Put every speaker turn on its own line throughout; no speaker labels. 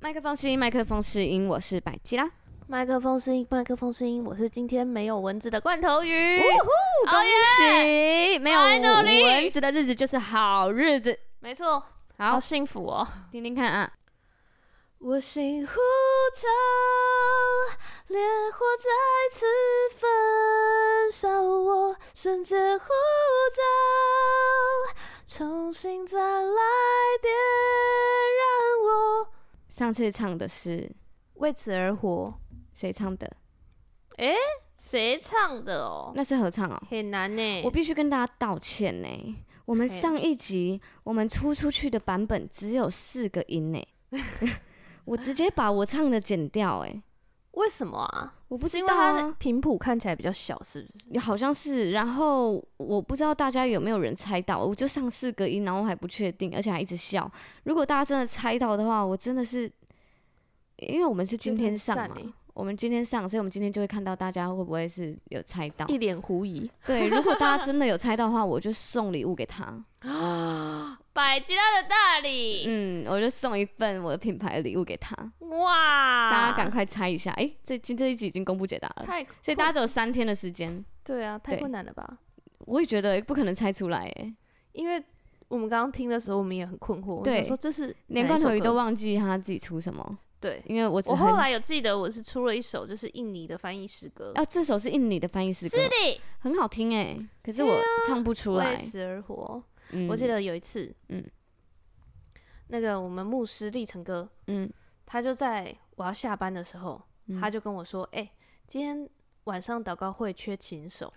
麦克风试音，麦克风试音，我是百吉啦。
麦克风声音，麦克风声音，我是今天没有蚊子的罐头鱼。
恭喜，没有
，finally
蚊子的日子就是好日子。
没错，好
好，
幸福哦！
听听看啊，
我心呼求，烈火再次焚烧我，圣洁呼召，重新再来点，让我
上次唱的是
为此而活。
谁唱的？
谁唱的哦？
那是合唱哦。
很难呢
我必须跟大家道歉呢、我们
哎嘿
上一集我们出出去的版本只有四个音呢、 我直接把我唱的剪掉哎、
为什么啊？
我不
是
知
因为
道、
它的
啊，
频谱看起来比较小，是不是？
好像是。然后我不知道大家有没有人猜到，我就上四个音，然后我还不确定，而且还一直笑。如果大家真的猜到的话，我真的是，因为我们是今天上
真的
嘛
很赞欸，
我们今天上，所以我们今天就会看到大家会不会是有猜 到。
一脸狐疑。
对，如果大家真的有猜到的话，我就送礼物给他。
百吉拉的大礼，
嗯，我就送一份我的品牌礼物给他，
哇！
大家赶快猜一下。诶，这今这一集已经公布解答了，
啊太，
所以大家只有三天的时间。
对啊，太
对
困难了吧？
我也觉得不可能猜出来，诶，
因为我们刚刚听的时候，我们也很困惑，我
对
想说这是
连罐头鱼都
忘。
忘记他自己出什么，
对，
因为我只
我
很
后来有记得我是出了一首就是印尼的翻译诗歌，
啊，这首是印尼的翻译诗歌，
的，
很好听诶，可是啊我唱不出来
为。此而活。
嗯
我记，得有一次，嗯
嗯，
那个我们牧师立成哥，
嗯，
他就在我要下班的时候，
嗯
他就跟我说：“哎、今天晚上祷告会缺琴 手，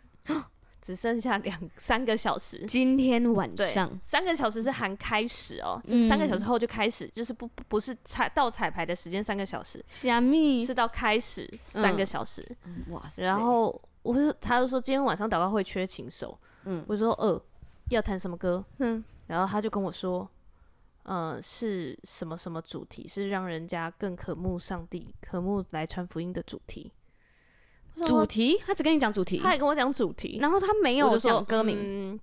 只剩下两三个小时。
今天晚
对
上，
三个小时是含开始哦，
嗯
就是三个小时后就开始，就是不不不是彩到彩排的时间三个小时，
虾米
是，到开始三个
嗯
小时。
嗯哇塞，
然后我是他就说今天晚上祷告会缺琴手，
嗯
我说呃要弹什么歌，
嗯
然后他就跟我说，嗯、是什么什么主题是让人家更渴慕上帝、渴慕来传福音的主题。我想
主
说
题，他只跟你讲主题
他，还跟我讲主题，
然后他没
我
嗯有
就说
讲歌名，
嗯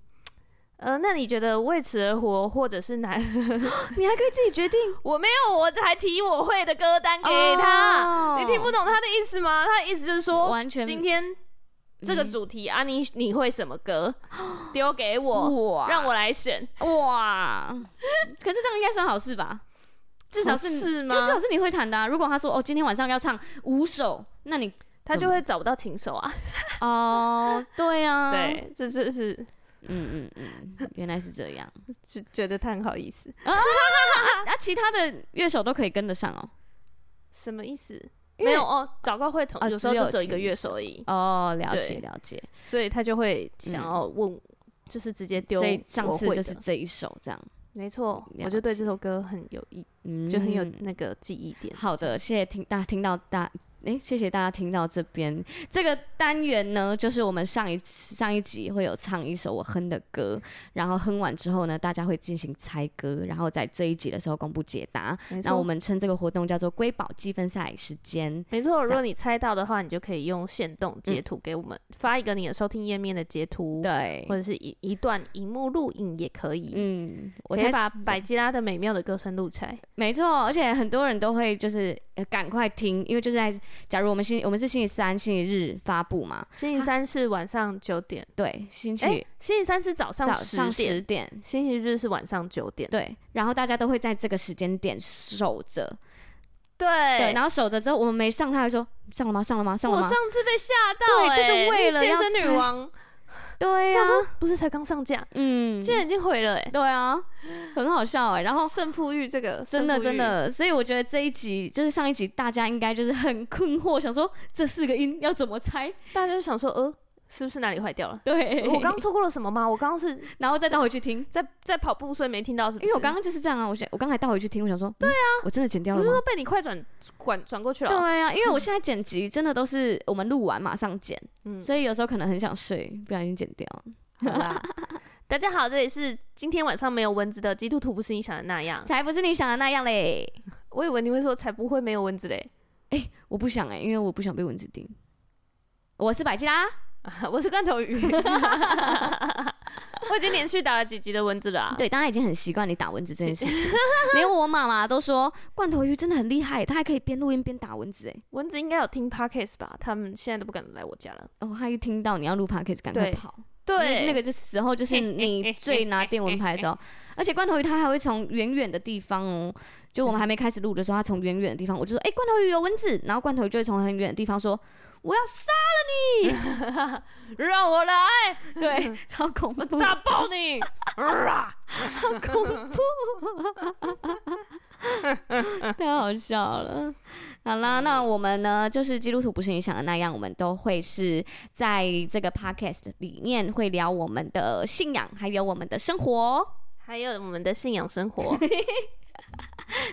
呃，那你觉得为此而活，或者是哪？
你还可以自己决定
我没有，我还提我会的歌单给他。
哦
你听不懂他的意思吗？他的意思就是说，
完全
今天这个主题、啊，你你会什 么歌？丢给我，
哇
让我来选。
哇！ 可是这样应该算好事吧？至哦少是
好事吗
因为至少是你会弹的、啊。如果他说哦，今天晚上要唱五首，那你
他就会找不到琴手啊。
哦， 对啊，，
嗯对，这是是
嗯嗯嗯，原来是这样。
就觉得他很好意思，
那、其他的乐手都可以跟得上哦。
什么意思？
因
没
为
有哦，祷告会同、
啊
有时候
只有
就只有一个
琴
乐手而已，
哦，了
对
解了解。
所以他就会想
嗯
要问，就是直接丢
所
我会
以
的。
上次就是这一首这样，
没错，
了
我就对这首歌很有意，
嗯，
就很有那个记忆点。
好的，谢谢听大家听到大。诶，谢谢大家听到这边这个单元呢，就是我们上一上一集会有唱一首我哼的歌，然后哼完之后呢，大家会进行猜歌，然后在这一集的时候公布解答。
没错，
那我们称这个活动叫做“瑰宝积分赛时间
没错，如果你猜到的话，你就可以用线动截图给我们、发一个你的收听页面的截”。图，
嗯对
或，者是一一段荧幕录影也可以。
嗯，我
我
才
才把百吉拉的美妙的歌声 录起来。
没错，而且很多人都会就是呃赶快听，因为就是在假如我们星我们是星期三、星期日发布嘛，
星期三是晚上九点，
对，星期、
哎、星期三是早上
早
十
上
点，
十点，
星期日是晚上九点。
对，然后大家都会在这个时间点守着，对，
对，
然后守着之后我们没上，他会说上了吗？上了吗？上了
我
吗
上？次被吓到、
对就是
哎
为
那
了
健
要
身女
猜
王，
对
她
啊，
说不是才刚上架，
嗯，
竟然已经毁了、哎，
对啊，很好笑哎、然后。
胜负欲这个
真的
胜负欲
真的，所以我觉得这一集就是上一集，大家应该就是很困惑，想说这四个音要怎么猜？
大家就想说，呃，是不是哪里坏 掉了？
对，
我刚，错过了什么吗？我刚刚是
然后再倒回去听，
在在跑步，所以没听到，是不是？
因为我刚刚就是这样啊，我想我刚才倒回去听，我想说，对啊，我真的剪掉
我
了
是
吗
说？被你快转转转过去了哦。
对啊，因为我现在剪辑真的都是我们录完马上剪，
嗯
所以有时候可能很想睡，不小心剪掉。
好啦，大家好，这里是今天晚上没有蚊子的基督徒，不是你想的那样。
才不是你想的那样嘞！
我以为你会说才不会没有蚊子嘞，
我不想哎、因为我不想被蚊子叮。我是百吉拉，
我是罐头鱼。我已经连续打了几集的蚊子了、啊。
对，大家已经很习惯你打蚊子这件事 情，连我妈妈都说罐头鱼真的很厉害，她还可以边录音边打蚊子哎。
蚊子应该有听 podcast 吧？他们现在都不敢来我家了。
哦，她一听到你要录 p o d c a s 赶快
对
跑。
对，
那个就时候就是你最拿电蚊拍的时候，而且罐头鱼它还会从远远的地方哦，就我们还没开始录的时候，它从远远的地方，我就说，哎、罐头鱼有蚊子，然后罐头鱼就会从很远的地方说，我要杀，
让我来
对，超恐怖，
打爆 你！啊
太好笑了。好啦，那我们呢，就是基督徒不是你想的那样，我们都会是在这个 podcast 里面会聊我们的信仰，还有我们的生活。哦
还有我们的信仰生 活，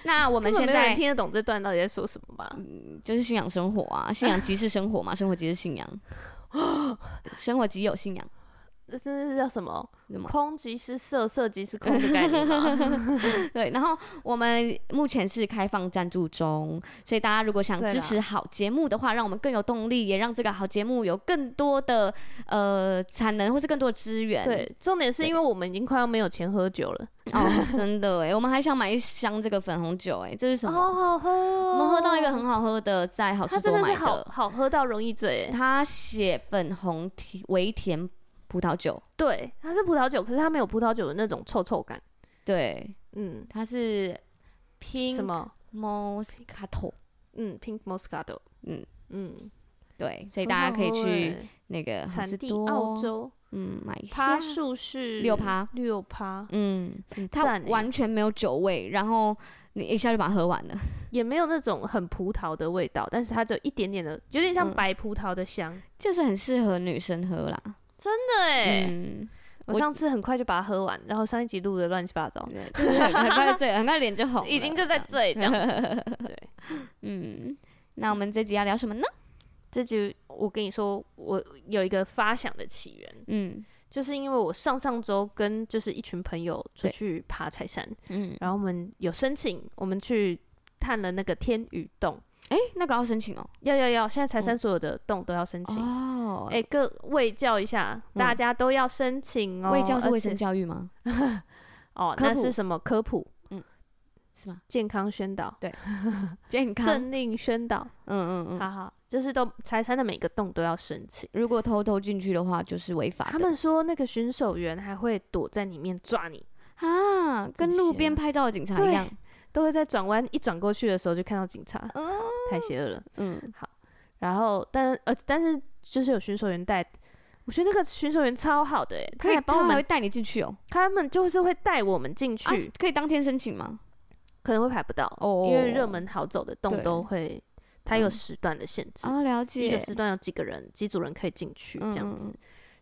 那我
我
们现
没有人
在
听得懂这段到底在嗯说什么吧？
就是信仰生活啊，信仰即是生活嘛，生活即是信仰，生活即有信仰。
这是叫什么？
什么
空即是色，色即是空的概 念吗？
对，然后我们目前是开放赞助中，所以大家如果想
对啦
支持好节目的话，让我们更有动力，也让这个好节目有更多的呃产能或是更多的资源。
对，重点是因为我们已经快要没有钱喝酒了。
哦，真的哎，我们还想买一箱这个粉红酒哎，这是什么？
哦，好喝、哦
我们喝到一个很好喝的，在好
它
事
真
多
的
买
是好好喝到容易醉欸耶。
它写粉红甜微甜葡萄酒，
对，它是葡萄酒，可是它没有葡萄酒的那种臭臭感。
对，
嗯，
它是 Pink
什么？
Moscato，
嗯，Pink Moscato。
嗯
嗯，
对，所以大家可以
很好喝欸
去
耶
那个好
产
事
地
多
澳，洲，
嗯，买一下
趴。数是
6%
六趴，
嗯，
很
它
赞耶欸
完全没有酒味，然后你一下就把它喝完了。
也没有那种很葡萄的味道，但是它只有一点点的，有点像
嗯
白葡萄的香。
就是很适合女生喝啦，
对
嗯，
我
我
上次很快就把它喝完，然后上一集录的乱七八糟，
对就是很很快就醉了，很快脸就红了，
已经就在醉这样子。 对，
嗯，那我们这集要聊什么呢？
这集我跟你说，我有一个发想的起源，
嗯
就是因为我上上周跟就是一群朋友出
对
去爬柴山，
嗯，
然后我们有申请，我们去探了那个天宇洞，
哎、那个要申请哦。
要要要，现在柴山所有的洞都要申请。
哦
哎、各位教一下，
嗯
大家都要申请哦。
卫教是
而
卫
且
生教育吗？
哦，
科
那
普
是什么科普？
是吗？
健康宣导、
健康，嗯
政令宣导，
嗯嗯。
哈哈，就是都柴山的每个洞都要申请。
如果偷偷进去的话，就是违法的。
他们说那个巡守员还会躲在里面抓你，
啊，跟路边
这
拍照的警察一样。
都会在转弯一转过去的时候就看到警察，
嗯
太邪恶了。
嗯，
然后，但呃，但是就是有巡守员带，我觉得那个巡守员超好的、欸，
可
他
以
还帮我
他还会
们，
带你进去哦。
他们就是会带我们进去，
啊，可以当天申请吗？
可能会排不到，
哦
因为热门好走的洞
对
都会，它有时段的限制，
啊，了
一个
解。
时段有几个人，几组人可以进去这样子。
嗯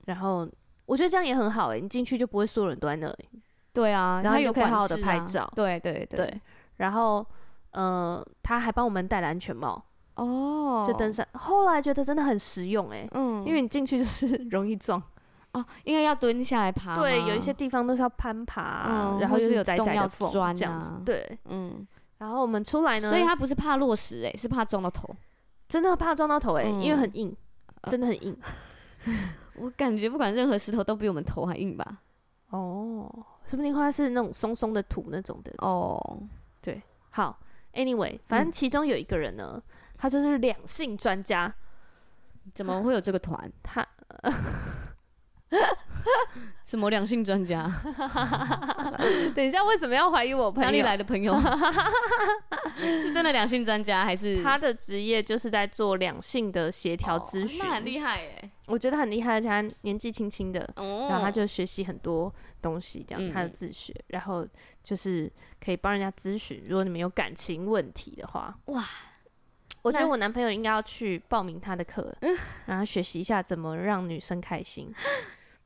然后我觉得这样也很好、欸，你进去就不会所有人都在那里，
对啊，
然
它
后你就
有
可以
管
好好地
制
拍
啊
照
对对
对。然后，呃，他还帮我们戴了安全帽。
哦，
就登山，后来觉得真的很实用哎、
嗯，
因为你进去就是 容易撞。
哦，因为要蹲下来爬嘛。
对，有一些地方都是要攀爬啊，
啊嗯
然后
或
又
是有
窄
洞
窄
要
的缝
钻
这样子
啊。
对，
嗯，
然后我们出来呢，
所以他不是怕落石、欸，是怕撞到头。
真的怕撞到头哎、因为
嗯
很硬，真的很硬。
我感觉不管任何石头都比我们头还硬吧？
哦，说不定它是那种松松的土那种的。
哦，
好，anyway，
嗯
反正其中有一个人呢，他就是两性专家，
怎么会有这个团？
他
什么两性专家？
等一下为什么要怀疑我朋
哪里
友？
来的朋友？ 是真的两性专家还是
他的职业就是在做两性的协调咨询
哦，那很厉害哎、
我觉得很厉害，而且他年纪轻轻的，
哦，
然后他就学习很多东西，这样、
嗯
他的自学，然后就是可以帮人家咨询。如果你们有感情问题的话，
哇，
我觉得
那
我男朋友应该要去报名他 的课，然后学习一下怎么让女生开心，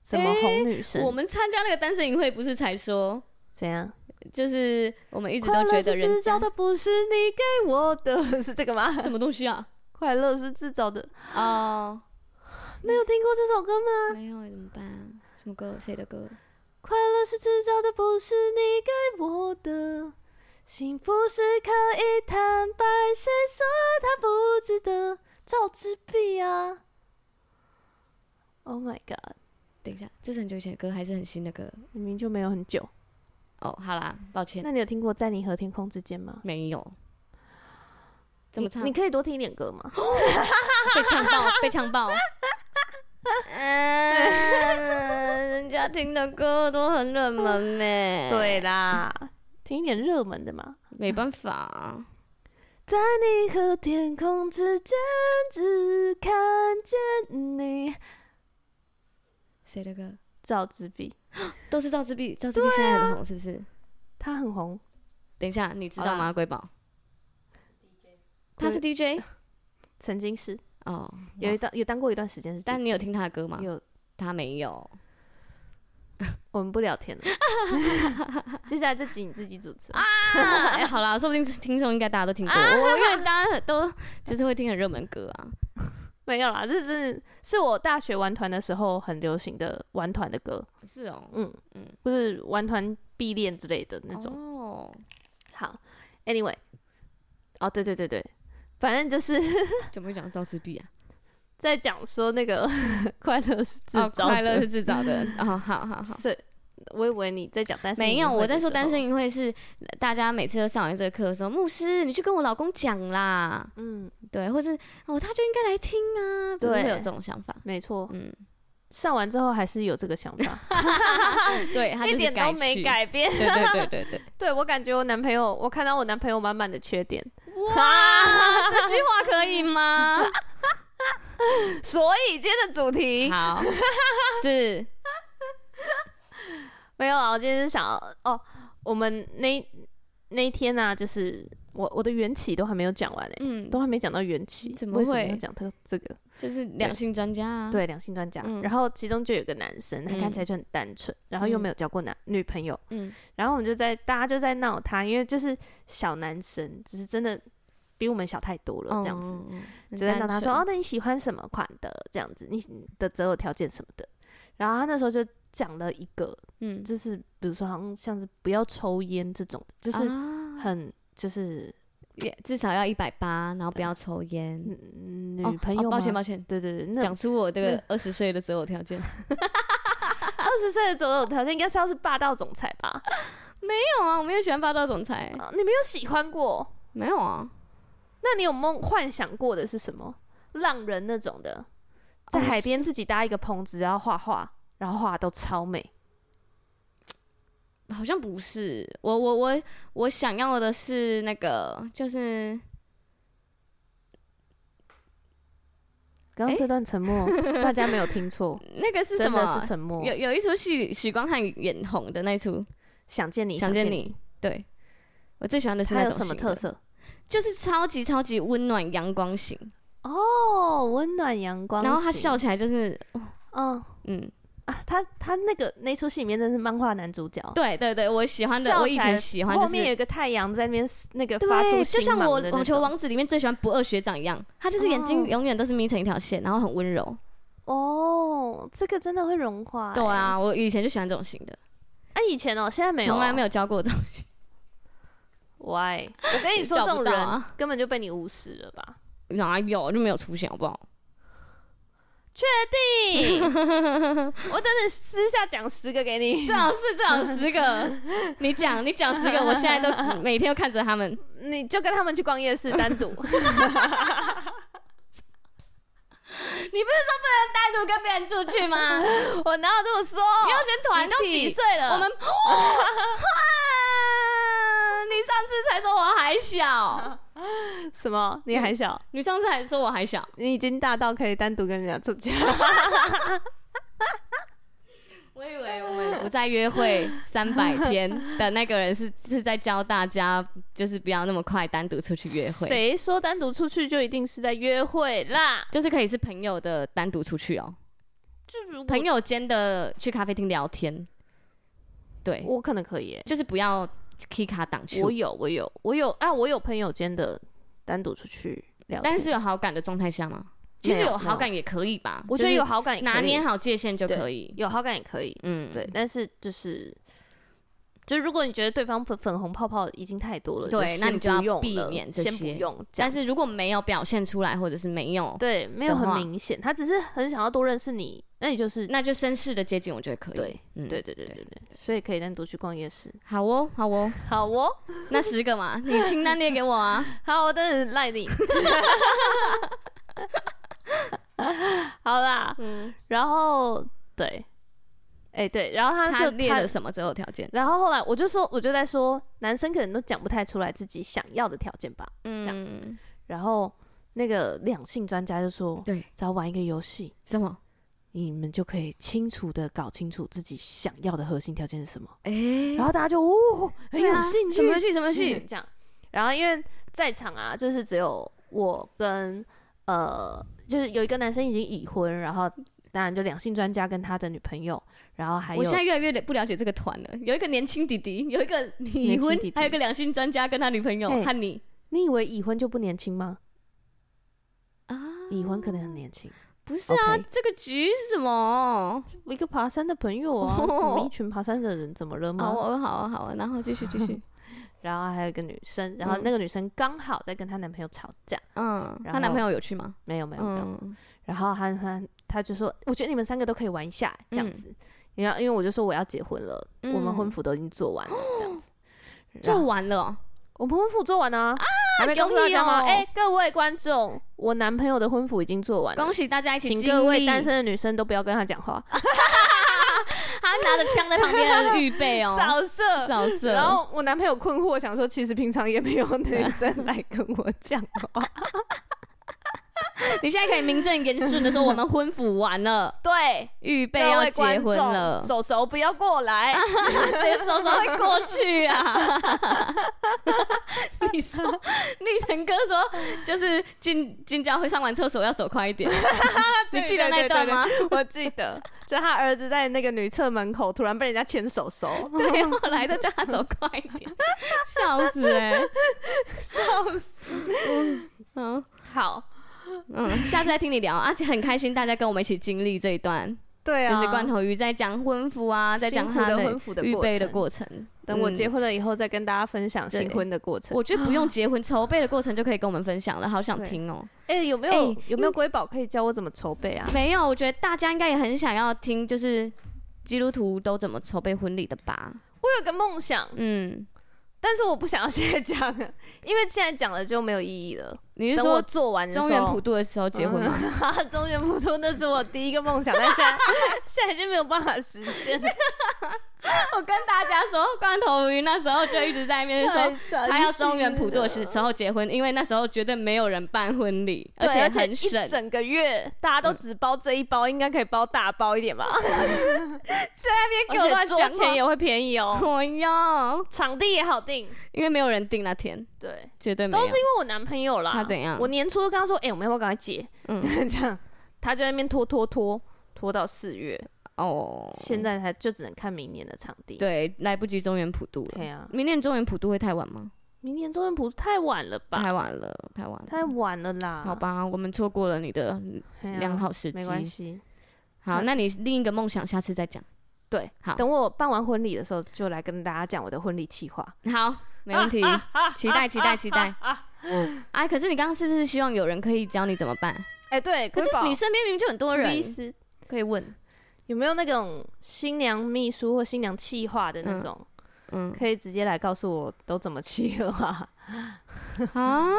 怎么哄女生，
我们参加那个单身营会不是才说，
怎样。
就是我们一直
快
都觉
乐是
得人
制造
家
的，不是你给我的， 是这个吗？
什么东西啊？
快乐是制造的，
哦，
没有听过这首歌吗？
没有怎么办？什么歌？谁的歌？
快乐是制造的，不是你给我的。幸福是可以坦白，谁说它不值得？赵之璧啊！Oh my god！
等一下，这是很久以前的歌还是很新的歌？
明明就没有很久。
哦，好啦，抱歉，
那你有听过《在你和天空之间》吗？
没有。怎么唱
你？？你可以多听一点 歌吗？
被呛爆，被呛爆。嗯，人家听的歌都很冷门呢、，
对啦，听一点热门的嘛。
没办法、啊
在你和天空之间，只看见你。
谁的歌？
赵之璧，
都是赵志碧，赵志碧现在很红，是不是？
他很红，
等一下，你知道
好
吗？瑰宝，他是 DJ
曾经是
哦，
有一段有当过一段时间是 DJ，
但你有听他的歌吗？
有
他没有。
我们不聊天了。 接下来这集你自己主持啊，
哎，好啦，说不定听众应该大家都听过，我因为大家都就是会听很热门歌啊。
没有啦，这是是我大学玩团的时候很流行的玩团的歌，
是哦，
嗯
嗯
嗯，不是玩团必练之类的那种。
哦，
好，Anyway，哦，对对对对，反正就是
怎么会讲赵志碧啊？
在讲说那个 快乐是自
哦，
找
快乐
的，
是自找的。哦，好 好好。
是我以为你在讲单身
没
淫
有，
秽
我
的
在说
时
单身
候，
淫秽是大家每次都上完这个课说，牧师你去跟我老公讲啦，
嗯，
对，或是哦他就应该来听啊，不是
对
会有这种想法，
没错，
嗯，
上完之后还是有这个想法，
对， 他就
一
是
点
该
都
去，
没改变。
对对对对对，
对我感觉我男朋友，我看到我男朋友满满的缺点，
哇，
啊
这句话可以吗？
所以今天的主题
好，是
没有啊，我今天是想要哦，我们那那一天呢、啊，就是我我的缘起都还没有讲完呢、欸
嗯，
都还没讲到缘起，
怎么
为什么
会
要讲这个这个？
就是两性专家啊，
对，两性专家。
嗯
然后其中就有个男生，他看起来就很单纯，然后又
嗯
没有交过男女朋友，
嗯，
然后我们就在大家就在闹他，因为就是小男生，就是真的比我们小太多了，这样子、
嗯，嗯嗯
就在闹他说
很
哦
单纯，
那你喜欢什么款的？这样子，你的择偶条件什么的。然后他那时候就讲了一个，
嗯，
就是比如说好像像是不要抽烟这种，就是
啊
很、就是
也至少要一百八，然后不要抽烟，
嗯
哦
女朋
哦
友吗、
抱歉抱歉，
对对对，那
讲出我这个二十岁的择偶条 件。
二十岁的择偶条件应该是要是霸道总裁吧？
没有啊，我没有喜欢霸道总裁，
啊你没有喜欢过？
没有啊，
那你有梦幻想过的是什么？浪人那种的，在
哦
海边自己搭一个棚子，然后画画，然后画得都超美。
好像不是。我我我我想要的是那个，就是
刚刚这段沉 默，大家没有听错，
那个是什
真的
么啊
是？沉默
有。有一出戏，许光汉演红的那一出，
想见你，
想
见
见你，对我最喜欢的是
它
那
有
种
什么
型的
特？色？
就是超级超级温暖阳光型，
哦，温暖阳光。
然后他，笑起来就是，
嗯
嗯，
啊，他他那个那出戏里面真是漫画男主角，
对对对，我喜欢的，
哦笑
我
起
以
来
前喜欢
后
就
面有
是。
一个太阳在那边那个发出
对，就像
星
我
芒的
《
那
网球
种
王子》里面最喜欢不二学长一样，他就是眼睛
哦
永远都是眯成一条线，然后很温柔。
哦，这个真的会融化、
对，啊，我以前就喜欢这种型的，
啊以前哦，现在没有，
从来没
有。
有教过这种。
Why？我跟你说，
找
这
不到
种人、
啊
根本就被你无视了吧？
哪有就没有出现好不好？
嘿我等等私下讲十个给你。
最好是最好十 个，你讲你讲十个，我现在都每天都看着他 们。
你就跟他们去逛夜市单 独，
你不是说不能单独跟别人出去吗？你
我哪有这么说？
要先团
你都几
体。
岁了？
我们，哇 你上次才说我还 小，
什么？你还小，
你上次还说我还小，
你已经大到可以单独跟人家出去。
我以为我们不在约 会三百天的那个人是是在教大家，就是不要那么快单独出去约会。
谁说单独出去就一定是在约会啦？
就是可以是朋友的单独出去哦，
就如
朋友间的去咖啡厅聊天，对，
我可能可以耶、
就是不要 K 卡挡去
我，有，我有，我有啊，我有朋友间的单独出去聊天，
但是有好感的状态下吗？其实
没有
有好感也可以吧，
我觉得有
就是
好感也可以
拿捏好界限就可以，
有好感也可以，
嗯，
对，，但是就是就是如果你觉得对方粉粉红泡泡已经太多了，
对
就
那你就
先不
要
用
避
了
免这
先不
些
用。这
但
样
是如果没有表现出来，或者是没有，
对，没有
的话
很明显，他只是很想要多认识你，那你就是
那就绅士的接近，我觉得可以。
对，
嗯
对对对对对，所以可以单独去逛夜市。
好哦，好 哦，
好哦，
那十个嘛，你清单列给我啊。
好，我真 的赖你。 好啦，
嗯，
然后对，哎、对，然后他
他
就
列了什么择偶条件？
然后后来我就说，我就在说，男生可能都讲不太出来自己想要的条件吧。
嗯，
然后那个两性专家就说，
对，
只要玩一个游戏，
什么？
你们就可以清楚的搞清楚自己想要的核心条件是什么。
哎、
然后大家就哦，很
对
有
啊
兴
什么
趣
游，戏？什么游戏？
嗯这样。然后因为在场啊，就是只有我跟呃，就是有一个男生已经已婚，然后当然就两性专家跟他的女朋友，然后还有
我现在越来越不了解这个团了。有一个年轻弟弟，有一个已
年轻
婚
弟弟，
还有一个良心专家跟他女朋友
嘿
和你
你以为已婚就不年轻吗？
啊，
已婚可能很年轻，
不是啊
OK
这个局是什么？
一个爬山的朋友啊，
哦
怎么一群爬山的人怎么了
好
吗？
哦，好啊，好啊，然后继续继 续，
然后还有一个女生，然后
嗯
那个女生刚好在跟她男朋友吵架，
嗯，
然
她男
后
朋友有去吗？
没有没有没有，
嗯，
然后她她她就说，我觉得你们三个都可以玩一下这样
嗯
子，然后因为我就说我要结婚了，我们
嗯
婚服都已经做完了这样子，然
做
后
完了哦，
我们婚服做完啊，还没告诉
有
大
你
家吗？
哦
哎，各位观众，我男朋友的婚服已经做完了
恭。喜大家一起
请
经
各位
历
单身的女生都不要跟他讲话，
他拿着枪在旁边预备 哦，
扫射，
扫射。
然后我男朋友困惑，想说其实平常也没有女生来跟我讲话。
你现在可以名正言顺的说，我们婚服完 了，
对，
预备
各
要
位
结
观
婚了
众，，手手不要过 来，
谁手手会过去啊？ 你 说，立成哥说，就是进进教会上完厕所要走快一点， 你记得那一段吗？
对？对对 对我记得，就他儿子在那个女厕门口突然被人家牵手手，
对，后来都叫他走快一 点，笑死哎、欸！
笑死。
嗯
好，
嗯，下次再听你聊，而且很开心大家跟我们一起经历这一段，
对啊，
就是罐头鱼在讲婚服啊，在讲
辛苦
他
的婚服的
预
过
备的
程
过程。
等我
嗯
结婚了以后再跟大家分享
对
新婚的过程。
我觉得不用结婚，筹备的过程就可以跟我们分享了，好想
对
听哦、
哎、有没有、有没有瑰宝可以教我怎么筹备啊？
没有，我觉得大家应该也很想要听，就是基督徒都怎么筹备婚礼的吧？
我有个梦想，
嗯，
但是我不想要现在讲， 因为现在讲了就没有意义了。
你是
等我
说
做完的时候，
中原普渡的时候结婚吗？
嗯？ 中原普渡那是我第一个梦想，但现在 现在已经没有办法实现了。
我跟大家说，罐头鱼那时候就一直在那边说。 他要中原普渡的时
是，
时候结婚，因为那时候绝对没有人办婚礼，
对
且
而且
很省
一。整个月大家都只包这一包，应该可以包大包一点吧？
那边给我
而
乱
且桌
讲
钱
话，
也会便宜哦，
我要，
场地也好定。
因为没有人订那天，
对，
绝对没
都
有
是。因为我男朋友啦。
他怎样
我年初都跟他说，哎、我们要不要赶快结？ 嗯，这样他就在那边拖拖拖拖到四月，
哦，
现在他就只能看明年的场地。，
对，来不及中原普渡
对
了。
啊，
明年中原普渡会太晚吗？
明年中原普渡太晚了吧？
太晚了，太晚了。
太晚了啦。
好，吧，我们错过了你的
哎呀
良好时
没关
机。
系。
好，
嗯
那你另一个梦想下次再讲。
对，
好
等我办完婚礼的时候，就来跟大家讲我的婚礼计划。
好，没问 题，期待期待期待。啊，可是你刚刚是不是希望有人可以教你怎么办？
哎、对，
可是
瑰宝
你身边明明就很多人
律师
可以问，
有没有那种新娘秘书或新娘企划的那种？
嗯
可以直接来告诉我都怎么企划，
啊，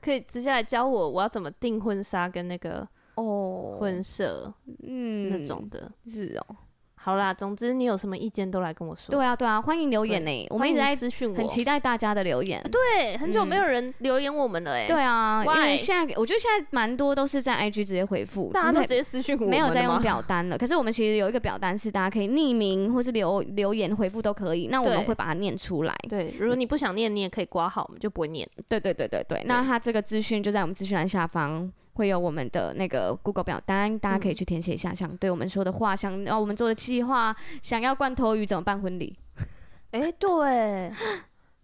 可以直接来教我我要怎么订婚纱跟那个
哦，
婚摄
嗯
那种的。
是哦，
好啦，总之你有什么意见都来跟我说。
对啊对啊，欢迎留言呢，我们一直
欢
在
迎私讯我，
很期待大家的留言。
对，很久
嗯
没有人留言我们了哎、
对啊，因为
Why？
现在我觉得现在蛮多都是在 IG 直接回复，
大家都
没
直接私讯我们
没有在
了吗
用表单了，可是我们其实有一个表单是大家可以匿名或是留留言回复都可以，那我们
对
会把它念出来。
对，如果你不想念，你也可以挂号，我们就不会念。
对对对对对，那它这个资讯就在我们资讯栏下方。会有我们的那个 Google 表单，大家
嗯
可以去填写一下，想对我们说的话，想要我们做的计划，想要罐头鱼怎么办婚礼？
哎、对，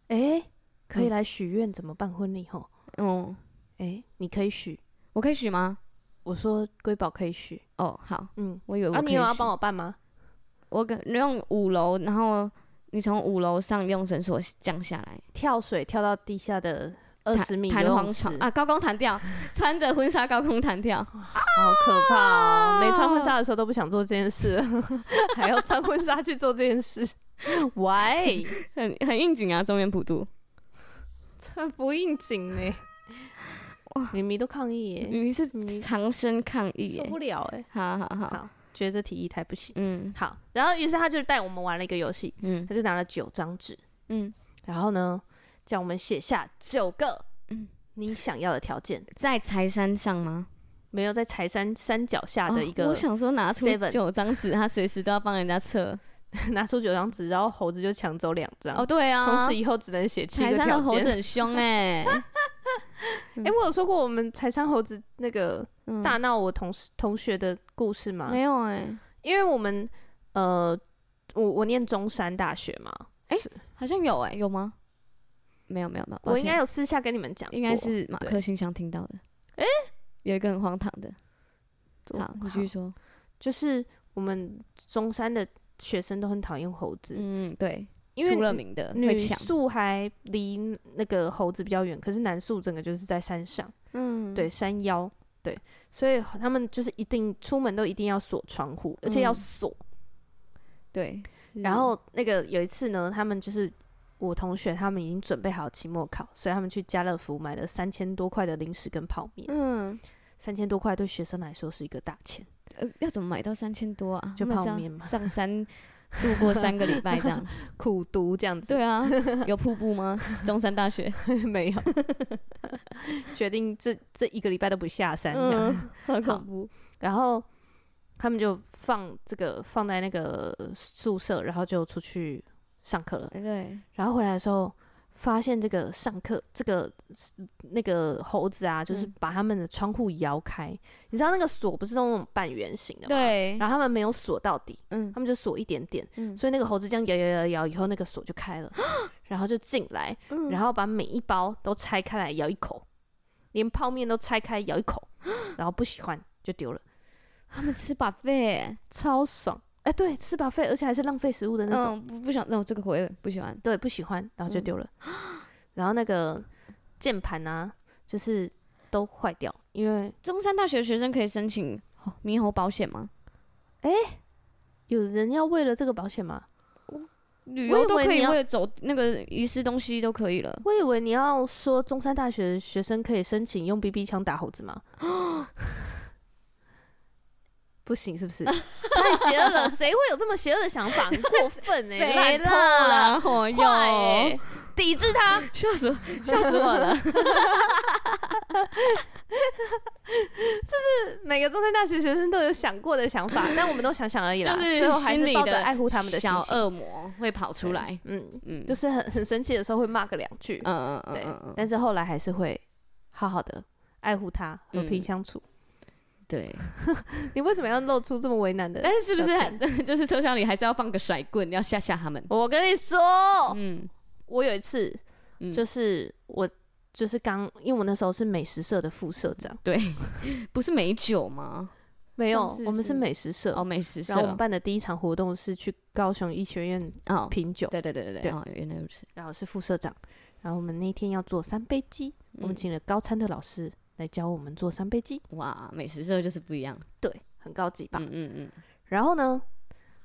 哎、 可以来许愿怎么办婚礼吼？
嗯，
哎、你可以许，
我可以许吗？
我说瑰宝可以许，
哦，好，
嗯，
我以为我可
啊，
以
你
许。
有要帮我办吗？
我跟用五楼，然后你从五楼上用绳索降下来，
跳水跳到地下的二十米
弹
游
簧
泳池
床啊，高空弹跳，穿着婚纱高空弹跳，
好可怕哦！没穿
啊
婚纱的时候都不想做这件事， 还要穿婚纱去做这件事，why？
很很应景啊，中原普渡。啊
这不应景呢。咪咪都抗议耶，
你是
你
长生抗议
受
耶
不！了哎，
好好好，
好觉得这题议太不行。
嗯
好，然后于是他就带我们玩了一个游戏，
嗯
他就拿了九张纸，
嗯，
然后呢叫我们写下九个
嗯
你想要的条件，
在柴山上吗？
没有在柴山山脚下的
哦
一个，
我想说拿出
seven
九张纸，他随时都要帮人家测。
拿出九张纸，然后猴子就抢走两张，
哦，对啊，
从、此以后只能写七
柴
个
山的
条
猴子
件。
很凶 哎、
哎、我有说过我们柴山猴子那个
嗯
大闹我同事、同学的故事吗？
没有哎、
因为我们呃，我我念中山大学嘛，
好像有哎、有吗？没有没有没有，抱
我应
歉
该有私下跟你们讲过，
应该是马
对
克信箱听到的。
诶
有一个很荒唐的，
对
好，你继续说。
就是我们中山的学生都很讨厌猴子，
嗯，对，
因为
出了名的会
女
抢，
宿还离那个猴子比较远，可是男宿整个就是在山上，
嗯，
对，山腰，对，所以他们就是一定出门都一定要锁窗户，而且要
嗯
锁。
对。是
然后那个有一次呢，他们就是我同学，他们已经准备好期末考，所以他们去家乐福买了三千多块的零食跟泡面。
嗯，
三千多块对学生来说是一个大钱，
呃，要怎么买到三千多啊？
就
他们
泡
是要
面嘛
上山度过三个礼拜这 样。
苦读这样子。
对啊，有瀑布吗？中山大学。
没 有，决定这这一个礼拜都不下山这样。
嗯，好
好
恐怖。
然后他们就放这个放在那个宿舍，然后就出去上课了。
对，
然后回来的时候，发现这个上课这个那个猴子啊，就是
嗯
把他们的窗户摇开。你知道那个锁不是那种半圆形的吗？。
对，
然后他们没有锁到底，
嗯
他们就锁一点点，
嗯
所以那个猴子这样摇摇摇摇以后，那个锁就开了，然后就进来，
嗯
然后把每一包都拆开来咬一口，连泡面都拆开咬一口，然后不喜欢就丢了，
他们吃把
嗯
费，
超爽。哎、对，吃饱费，而且还是浪费食物的那种。
嗯，不不想，那我这个我也不喜欢。
对，不喜欢，然后就
嗯
丢了。然后那个键盘啊，就是都坏掉，因为
中山大学的学生可以申请哦猕猴保险吗？
有人要为了这个保险吗？
旅
我以
游都
为
可
你
以，
要
为了走那个遗失东西都可以了。
我以为你要说中山大学学生可以申请用 BB 枪打猴 子吗？不行，是 不是？太邪恶了，谁会有这么邪恶的想法？你过分哎、
谁
烂透了，
啦？哦
坏哎、
哟，
抵制他！
吓死我，吓死我了！
每个中山大学学生都有想过的想法，但我们都想想而已啦，
就是
最后还
心
是
里
抱
的
着爱护他们的心
小
情。
恶魔会跑出来，
嗯，
嗯，
就是很 很生气的时候会骂个两句，
嗯嗯
对
嗯嗯，嗯，
但是后来还是会好好的爱护他，和平
嗯
相处。
对。
你为什么要露出这么为难的
但？是是不是
表
还 就是车厢里还是要放个甩棍，要吓吓他们？
我跟你说，
嗯
我有一次
嗯，
就是我就是刚，因为我那时候是美食社的副社长，
对，不是美酒吗？
没有
嗯上次，
我们是
是
美食社
哦，，美食社
然后我们办的第一场活动是去高雄医学院
哦，
品酒，
对对对对对，
对
哦，原来如此。
然后我是副社长，然后我们那天要做三杯鸡，我们
嗯
请了高餐的老师来教我们做三杯鸡，
哇，美食社就是不一样。
对，很高级吧？
嗯嗯嗯，
然后呢，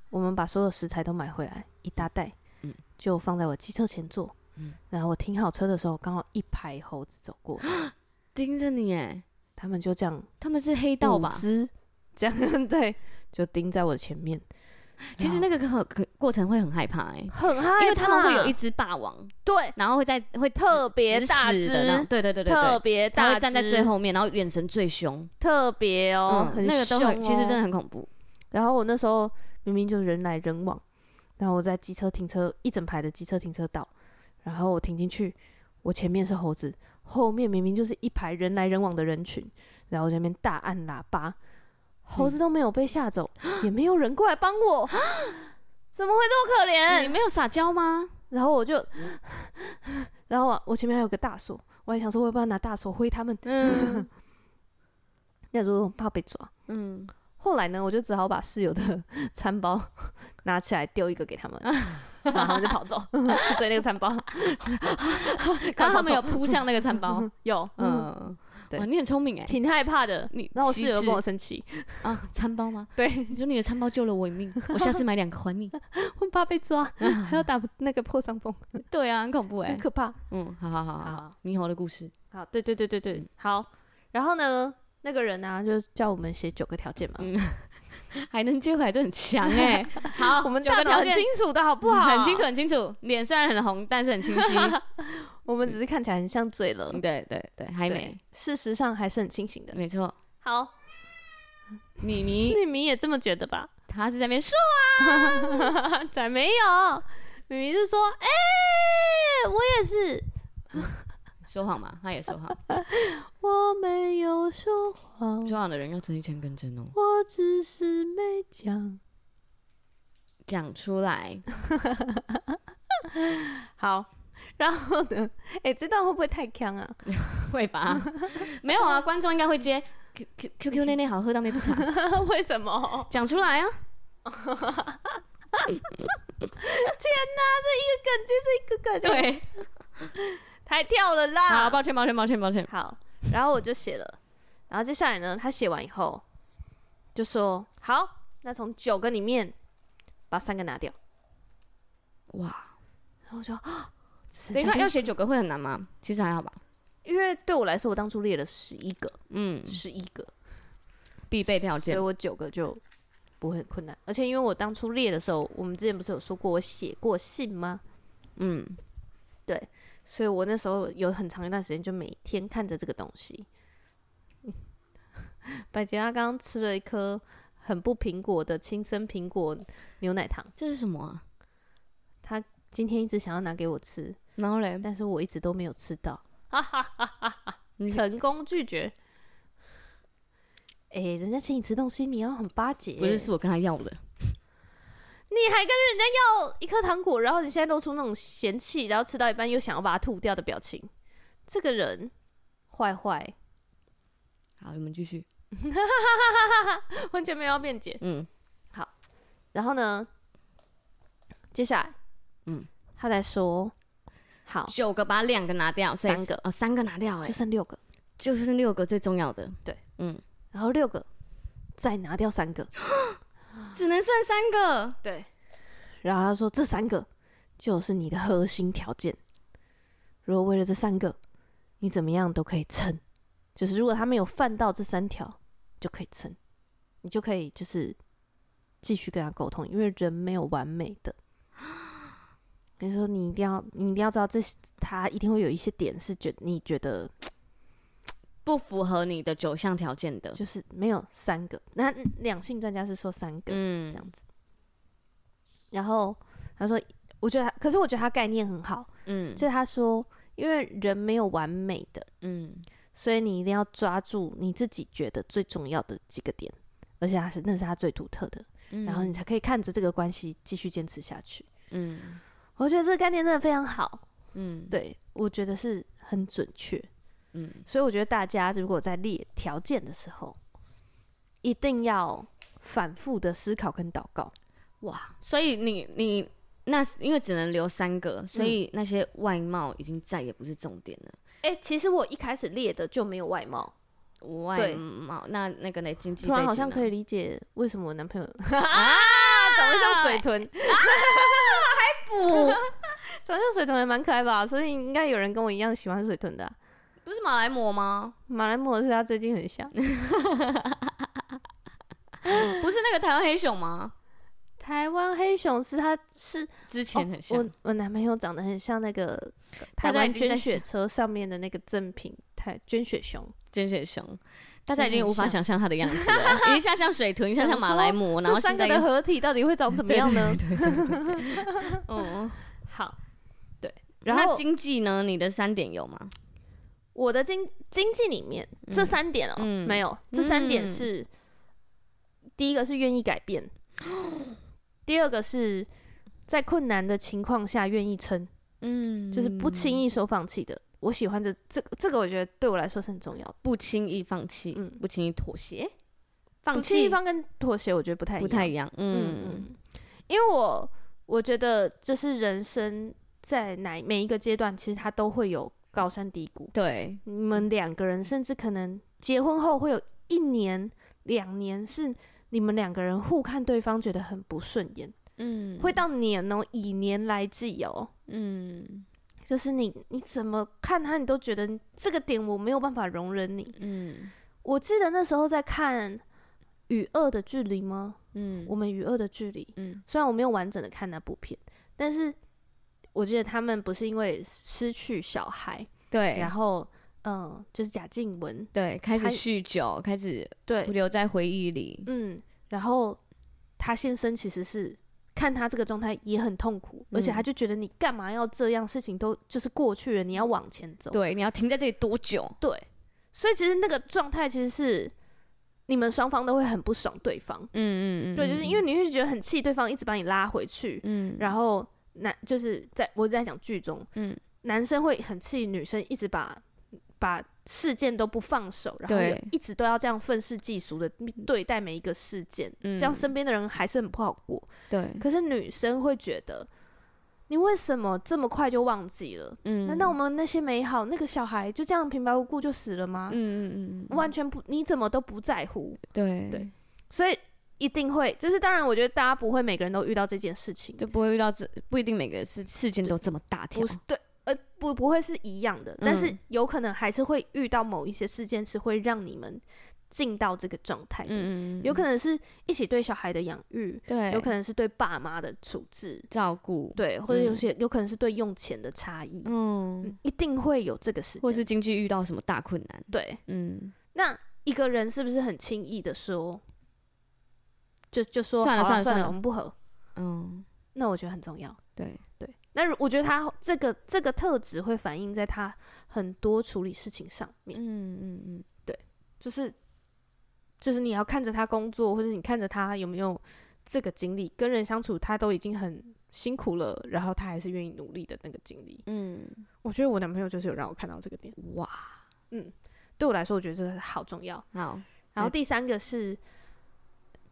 我们把所有食材都买回来一大袋，
嗯
就放在我机车前座，
嗯
然后我停好车的时候，刚好一排猴子走过，
盯着你哎，
他们就这样
他们是黑道吧
五？只这样对，就盯在我的前面，
其实那个可可过程会很害怕哎，
很害怕，
因为他们会有一只霸王，
对
然后会在会
特别大
指使的那种
只，
对对对对
特
对。
别
他
大
会
只，
站在最，后面，然后眼神最凶，
特别哦，
嗯，
很
那个都
凶
很，其实
哦
真的很恐怖。
然后我那时候明明就人来人往，然后我在机车停车一整排的机车停车道，然后我停进去，我前面是猴子，后面明明就是一排人来人往的人群，然后我这边大按喇叭，猴子都没有被吓走，也没有人过来帮我， 怎么会这么可
你
怜？
没有撒娇吗？
然后我就， 然后我我前面还有个大锁，我还想说我要不要拿大锁挥他们，
嗯
但如果我怕被抓。
嗯，
后来呢，我就只好把室友的 餐包拿起来丢一个给他们，然后他们就跑走 去追那个餐包。
然后
快跑
他们
走
有扑向那个餐包，
有，嗯，
嗯，
对
哇，你很聪明哎，
挺害怕的。
你
然后我
机
室友
智
跟我生气，
啊，餐包吗？
对，
你说你的餐包救了我一命，我下次买两个还你。
我怕被 抓，还要打那个破伤风，
对啊，很恐怖哎、
很可怕。
嗯，好好好好好
好，
猕猴的故事，
好，对对对对对，好。然后呢，那个人呢、就叫我们写九个条件嘛。
嗯还能接回来，这很强哎、好，
我们
九个
大脑
条
很
件
清嗯楚的好 不好？
很清楚，，很清楚。脸虽然很红，但是很清 晰。
我们只是看起来很像醉了，
对对对，还没
对，，事实上还是很清醒的。
没错。
好，
米妮
你们也这么觉得吧？
她是在那边说，
才没有，明明是说，哎、我也是，
说谎嘛，她也说 谎。
我没有说谎，
说谎的人要尊一千跟真哦，
我只是没讲。
讲出来。
好，然后呢？哎、这段会不会太强啊？
会吧？没有啊，观众应该会接 Q Q Q Q 内内好喝到没不茶，
为什么？
讲出来啊！
梗接着一个 梗，
对，啊
太跳了啦。
好，抱歉，抱歉，抱歉，抱歉。
好，然后我就写了，然后接下来呢，他写完以后就说：“好，那从九个里面把三个拿掉。
哇，”
然后我就， 啊只
等一
剩
下
下
要写九个会很难吗？其实还好吧。
因为对我来说，我当初列了十一个，
嗯，
十一个，
必备条
所以
件。
我九个就不会很困难。而且因为我当初列的时候，我们之前不是有说过我写过信吗？
嗯，
所以我那时候有很长一段时间就每天看着这个东西。 百吉拉刚刚吃了一颗很不苹果的青森苹果牛奶糖，
这是什么啊？
今天一直想要拿给我吃，
然后嘞，
但是我一直都没有 吃到，
你
成功拒绝。哎、人家请你吃东西，你要很巴结、欸
不是是我跟他要的。
你还跟人家要一颗糖果，然后你现在露出那种嫌弃，然后吃到一半又想要把它吐掉的表情，这个人坏坏，
好，我们继续。
完全没有要辩解。
嗯，
然后呢，接下来，
嗯，
他在说，好，
九个把两个拿掉，所以
三个
哦，三个拿掉、
就
哎，
剩六个，
就是六个最重要的。
对，
嗯，
然后六个再拿掉三个，
只能剩三个。
对，然后他说这三个就是你的核心条件。如果为了这三个，你怎么样都可以撑，就是如果他没有犯到这三条，就可以撑，你就可以就是继续跟他沟通，因为人没有完美的。你说你一定要，你一定要知道这他一定会有一些点是觉你觉得
不符合你的九项条件的，
就是没有三个，那两性专家是说三个，
嗯
这样子。然后他说，我觉得他，可是我觉得他概念很好，
嗯
就是他说，因为人没有完美的，
嗯，
所以你一定要抓住你自己觉得最重要的几个点，而且他是那是他最独特的，
嗯
然后你才可以看着这个关系继续坚持下去。
嗯
我觉得这个概念真的非常好，
嗯
对我觉得是很准确。
嗯
所以我觉得大家如果在列条件的时候，一定要反复的思考跟祷告。
哇，所以你你那因为只能留三个，所以那些外貌已经再也不是重点了。
哎、其实我一开始列的就没有外貌，
外
对
貌那那个呢？经济
突然好像可
以
以理解为什么我男 朋友
啊，
长得像水 豚，
不
长得像水豚也蛮可爱吧，所以应该有人跟我一样喜欢水豚的啊、
不是马来貘吗？
马来貘是他最近很像，
不是那个台湾黑熊吗？
台湾黑熊是他是
之前很像
哦我我男朋友长得很像那个
大
台
家已
湾
经在
捐血车上面的那个赠品台捐血熊，
捐血熊，大家已
真的
经
很
无法
像
想象它的样子了， 一下像水豚，一下像马来貘，然后现
这三
在
个
又
的合体到底会长怎么样 呢？
对对对对 嗯，
好，对，然
然后
后
经济呢？你的三点有吗？
我的经经济里面这三点哦、
嗯
没有，这三点
嗯
是、第一个是愿意改 变，第二个是在困难的情况下愿意撑，
嗯，
就是不轻易说放弃的。我喜欢这这个这个，我觉得对我来说是很重要的。
不轻易放弃，
嗯
不轻易妥协，放
不轻易
弃
放跟妥协，我觉得不太
不
一样
太一样，
嗯
嗯
嗯，因为我我觉得就是人生在哪每一个阶段，其实它都会有高山低谷。
对，
你们两个人甚至可能结婚后会有一年、两年是你们两个人互看对方觉得很不顺眼，
嗯
会到年哦，以年来计哦，
嗯
就是你你怎么看他，你都觉得这个点我没有办法容忍你。
嗯
我记得那时候在看《与恶的距离》吗？
嗯
我们《与恶的距离》，
嗯
虽然我没有完整的看那部片，但是我记得他们不是因为失去小孩，
对
然后嗯，就是贾静雯
对，开始
还
酗酒，开始
对
留在回忆里，
嗯，然后他先生其实是看他这个状态也很痛苦，而且
嗯
他就觉得你干嘛要这样，事情都就是过去了，你要往前走。
对，你要停在这里多久？
对所以其实那个状态其实是你们双方都会很不爽对方，
嗯嗯嗯，
对，就是因
为
为你会觉得很气，对方一直把你拉回去，
嗯，
然后男就是在我在讲剧中，
嗯
男生会很气女生一直把把事件都不放手，然后
对
也一直都要这样愤世嫉俗的对待每一个事件，
嗯
这样身边的人还是很不好过。
对，
可是女生会觉得，你为什么这么快就忘记了？
嗯，
难道我们那些美好，那个小孩就这样平白无故就死了吗？
嗯嗯嗯嗯，
完全不，你怎么都不在乎？
对
对，所以一定会，就是当然，我觉得大家不会每个人都遇到这件事情，
就不会遇到这不一定每个事事件都这么大条
不，是对，呃，不不会是一样的，但是
嗯
有可能还是会遇到某一些事件是会让你们进到这个状态的，
嗯嗯，
有可能是一起对小孩的养育，
对，
有可能是对爸妈的处置，
照顾，
对，或者有
嗯
些、有可能是对用钱的差异，
嗯，
嗯，一定会有这个事
或
情，
是经济遇到什么大困难，
对，
嗯，
那一个人是不是很轻易的说，就就说
算了
好啊
算了
算
算了
我们不合，
嗯，
那我觉得很重要。
对，
对，那如我觉得他这个这个特质会反映在他很多处理事情上面，
嗯嗯嗯，
就是就是你要看着他工作，或者你看着他有没有这个经历，跟人相处他都已经很辛苦了，然后他还是愿意努力的那个经历。
嗯，
我觉得我男朋友就是有让我看到这个点，
哇，
对我来说，我觉得这个好重要。
好，
然后第三个是，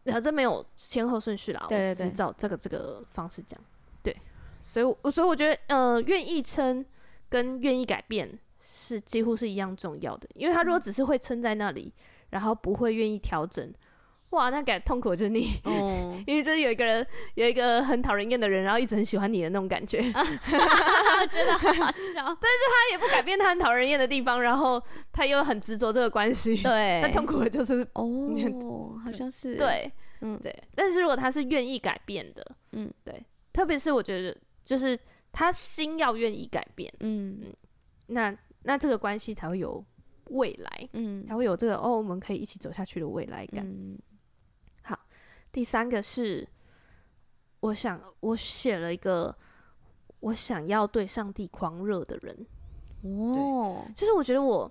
然后这没有先后顺序啦，
对对
我只是
对
照这个这个方式讲。对，所以我所以我觉得，呃，愿意撑跟愿意改变是几乎是一样重要的，因为他
嗯
如果只是会撑在那里，然后不会愿意调整，哇，那感痛苦的就是你。
哦，
因为就是有一个人，有一个很讨人厌的人，然后一直很喜欢你的那 种感觉，
我觉得好好笑，
他也不改变他很讨人厌的地方，然后他又很执着这个关 系，
对，
那痛苦的就是
哦，好像是，，
对，
嗯
对。但是如果他是愿意改变的，
嗯，
对，特别是我觉得就是他心要愿意改变，
嗯
那那这个关系才会有未来，
嗯
才会有这个哦，我们可以一起走下去的未来感。
嗯
第三个是，我想我写了一个。我想要对上帝狂热的人，
哦，
就是我觉得我，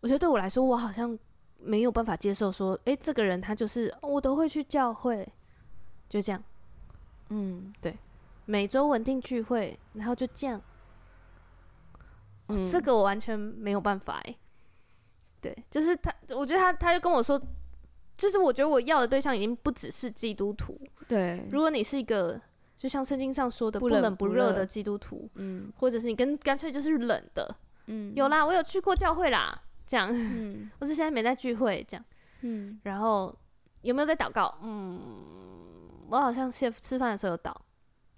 我觉得对我来说，我好像没有办法接受说，诶、这个人他就是、哦我都会去教会，就这样，
嗯
每周稳定聚会，然后就这样，
嗯
这个我完全没有办法哎、对，就是他，我觉得他，他就跟我说，就是我觉得我要的对象已经不只是基督徒。
对，
如果你是一个，就像圣经上说的
嗯不
不
冷
冷
不
不热
热
的基督徒，
嗯
或者是你跟干脆就是冷的，
嗯，
有啦，我有去过教会啦，这样，
嗯
我是现在没在聚会这样。
嗯
然后有没有在祷告？嗯，我好像吃吃饭的时候有祷，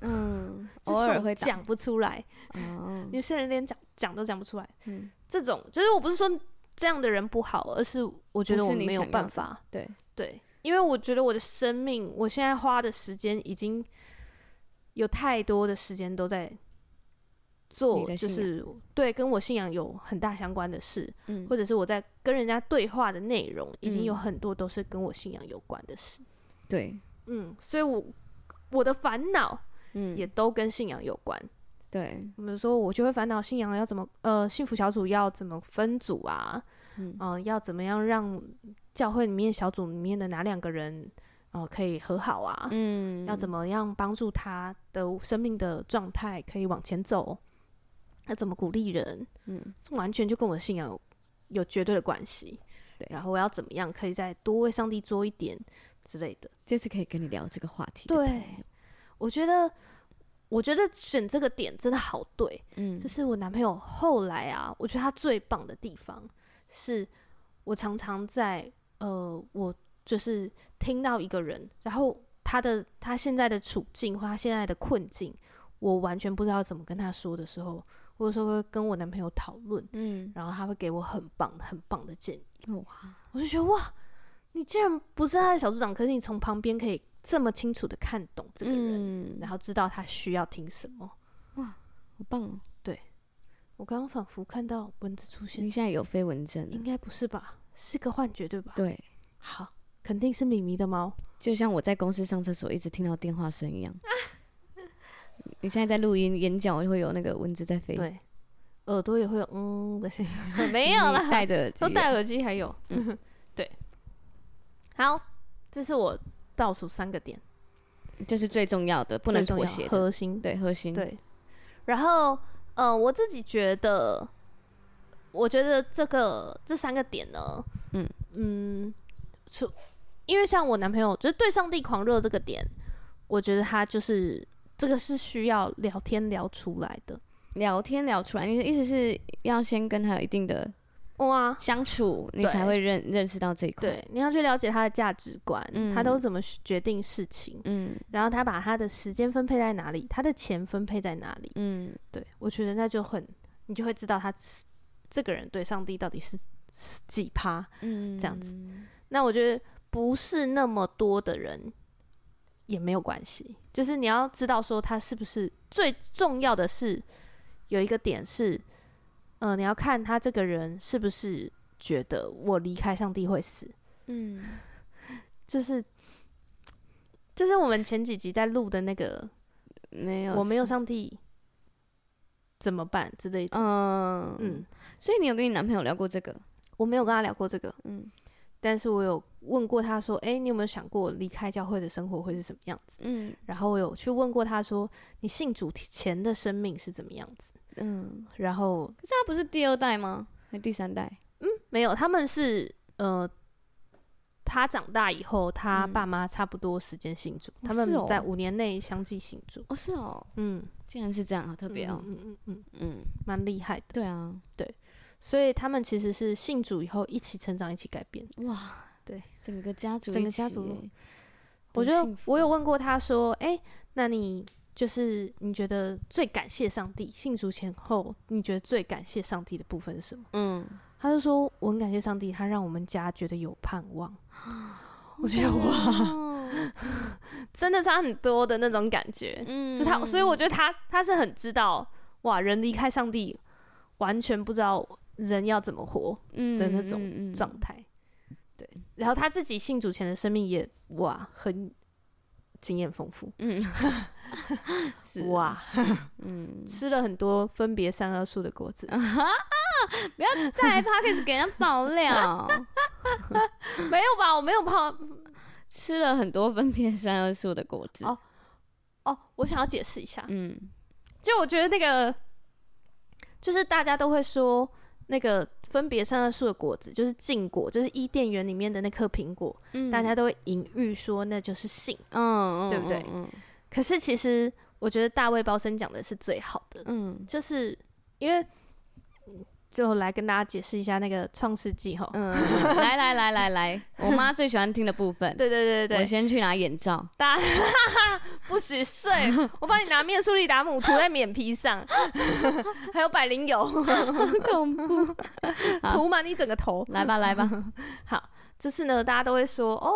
嗯，
就是
偶
这
尔
种
会打
讲不出来，
哦，
有些人连讲讲都讲不出来。
嗯
这种就是我不是说这样的人不好，而是我觉得
不
我
是你
没有
想要
办
的
法。
对
对，因为我觉得我的生命，我现在花的时间已经有太多的时间都在
你
做，
的
就
信仰
是对跟我信仰有很大相关的事，
嗯
或者是我在跟人家对话的内容，已经有
嗯
很多都是跟我信仰有关的事。
对，
嗯，所以我我的烦恼
嗯
也都跟信仰有关。
对，
比如说，我就会烦恼信仰要怎么，呃，幸福小组要怎么分组啊？
嗯
嗯、要怎么样让教会里面小组里面的哪两个人，呃，可以和好啊？
嗯
要怎么样帮助他的生命的状态可以往前走？要怎么鼓励人？
嗯
这完全就跟我的信仰有有绝对的关系。
对
然后我要怎么样可以再多为上帝做一点之类的？
这次可以跟你聊这个话题的
对
朋友，
我觉得，我觉得选这个点真的好对，
嗯，
就、是我男朋友后来啊，我觉得他最棒的地方是，我常常在呃，我就是听到一个人，然后他的他现在的处境或他现在的困境，我完全不知道怎么跟他说的时候，我有时候会跟我男朋友讨论，
嗯，
然后他会给我很棒很棒的建议，
哇，
我就觉得哇，你竟然不是他的小组长，可是你从旁边可以这么清楚的看懂这个人，
嗯、
然后知道他需要听什么。
好棒哦！
我刚刚仿佛看到蚊子出现
你，现在有飞蚊症
应
了，
该不是吧？是个幻觉对吧？
对，
好，肯定是米米的猫。
就像我在公司上厕所一直听到电话声 一样。你现在在录音，眼角会有那个蚊子在飞，
对，耳朵也会有嗯的 声音，没
你
有啦，
戴着耳机
都戴耳机还有。
嗯
对，好，这是我倒数三个点，
就是最重要的，不能
最重要
妥协的，
核心。
对核心，
对，然后呃，我自己觉得，我觉得这个这三个点呢，
嗯
嗯，除因为像我男朋友就是对上帝狂热这个点，我觉得他就是这个是需要聊天聊出来的。
聊天聊出来，你的意思是要先跟他有一定的
哇，
相处，你
对
才会认认识到这一块。
对，，你要去了解他的价值观，
嗯
他都怎么决定事情，
嗯
然后他把他的时间分配在哪里，他的钱分配在哪里。
嗯，
对，我觉得那就很，你就会知道他是这个人对上帝到底是是几趴。
嗯，
这样子。那我觉得不是那么多的人也没有关系，就是你要知道说他是不是最重要的是有一个点是，呃，你要看他这个人是不是觉得我离开上帝会死，
嗯，
就是就是我们前几集在录的那个
没有，
我没有。上帝怎么办之类的，
嗯嗯
嗯，，
所以你有跟你男朋友聊过这个？
我没有跟他聊过这个，
嗯
但是我有问过他说，诶，你有没有想过离开教会的生活会是什么样子？
嗯
然后我有去问过他说，你信主前的生命是怎么样子？
嗯，
然后
可是他不是第二代吗？还是第三代？
没有，他们是呃，他长大以后，他
嗯
爸妈差不多时间信主，
哦
他
是
们
哦
在五年内相继信主。
哦，是哦，
嗯，
竟然是这样，好特
特
别哦。
嗯嗯嗯，
嗯，
蛮厉害的。
对啊，
所以他们其实是信主以后一起成长，一起改变。
哇，
对，
整个家族一起耶，
整个家族
多
我觉得
幸福
我有问过他说，诶，那你就是你觉得最感谢上帝信主前后，你觉得最感谢上帝的部分是什么？
嗯，
他就说我很感谢上帝，他让我们家觉得有盼 望。我觉得哇，
哇，
真的差很多的那种感觉。
嗯，
就他，所以我觉得他他是很知道，哇，人离开上帝，完全不知道人要怎么活
嗯
的那种
嗯嗯
状态。对，然后他自己信主前的生命也哇，很经验丰富，
嗯，是，
哇，
嗯，
吃了很多分别善恶树的果子。
不要在 p o d c a s 给人家爆料，
没有吧？我没有泡
吃了很多分辨三二树的果汁。
哦哦，我想要解释一下，
嗯
就我觉得那个，就是大家都会说那个分别善恶树的果子，就是禁果，就是伊甸园里面的那颗苹果，
嗯
大家都会隐喻说那就是性。
嗯嗯，
对不对
嗯
可是其实我觉得大卫包森讲的是最好的，
嗯
就是因为嗯就来跟大家解释一下那个《创世纪》哈。
嗯，嗯来来来来来，我妈最喜欢听的部分。
对对对
我
对对，
先去拿眼 罩。
大不许睡！我帮你拿面苏利达姆涂在脸皮上， 还有百灵油
恐怖。好
涂满你整个头。
来吧来吧，
好，就是呢，大家都会说哦，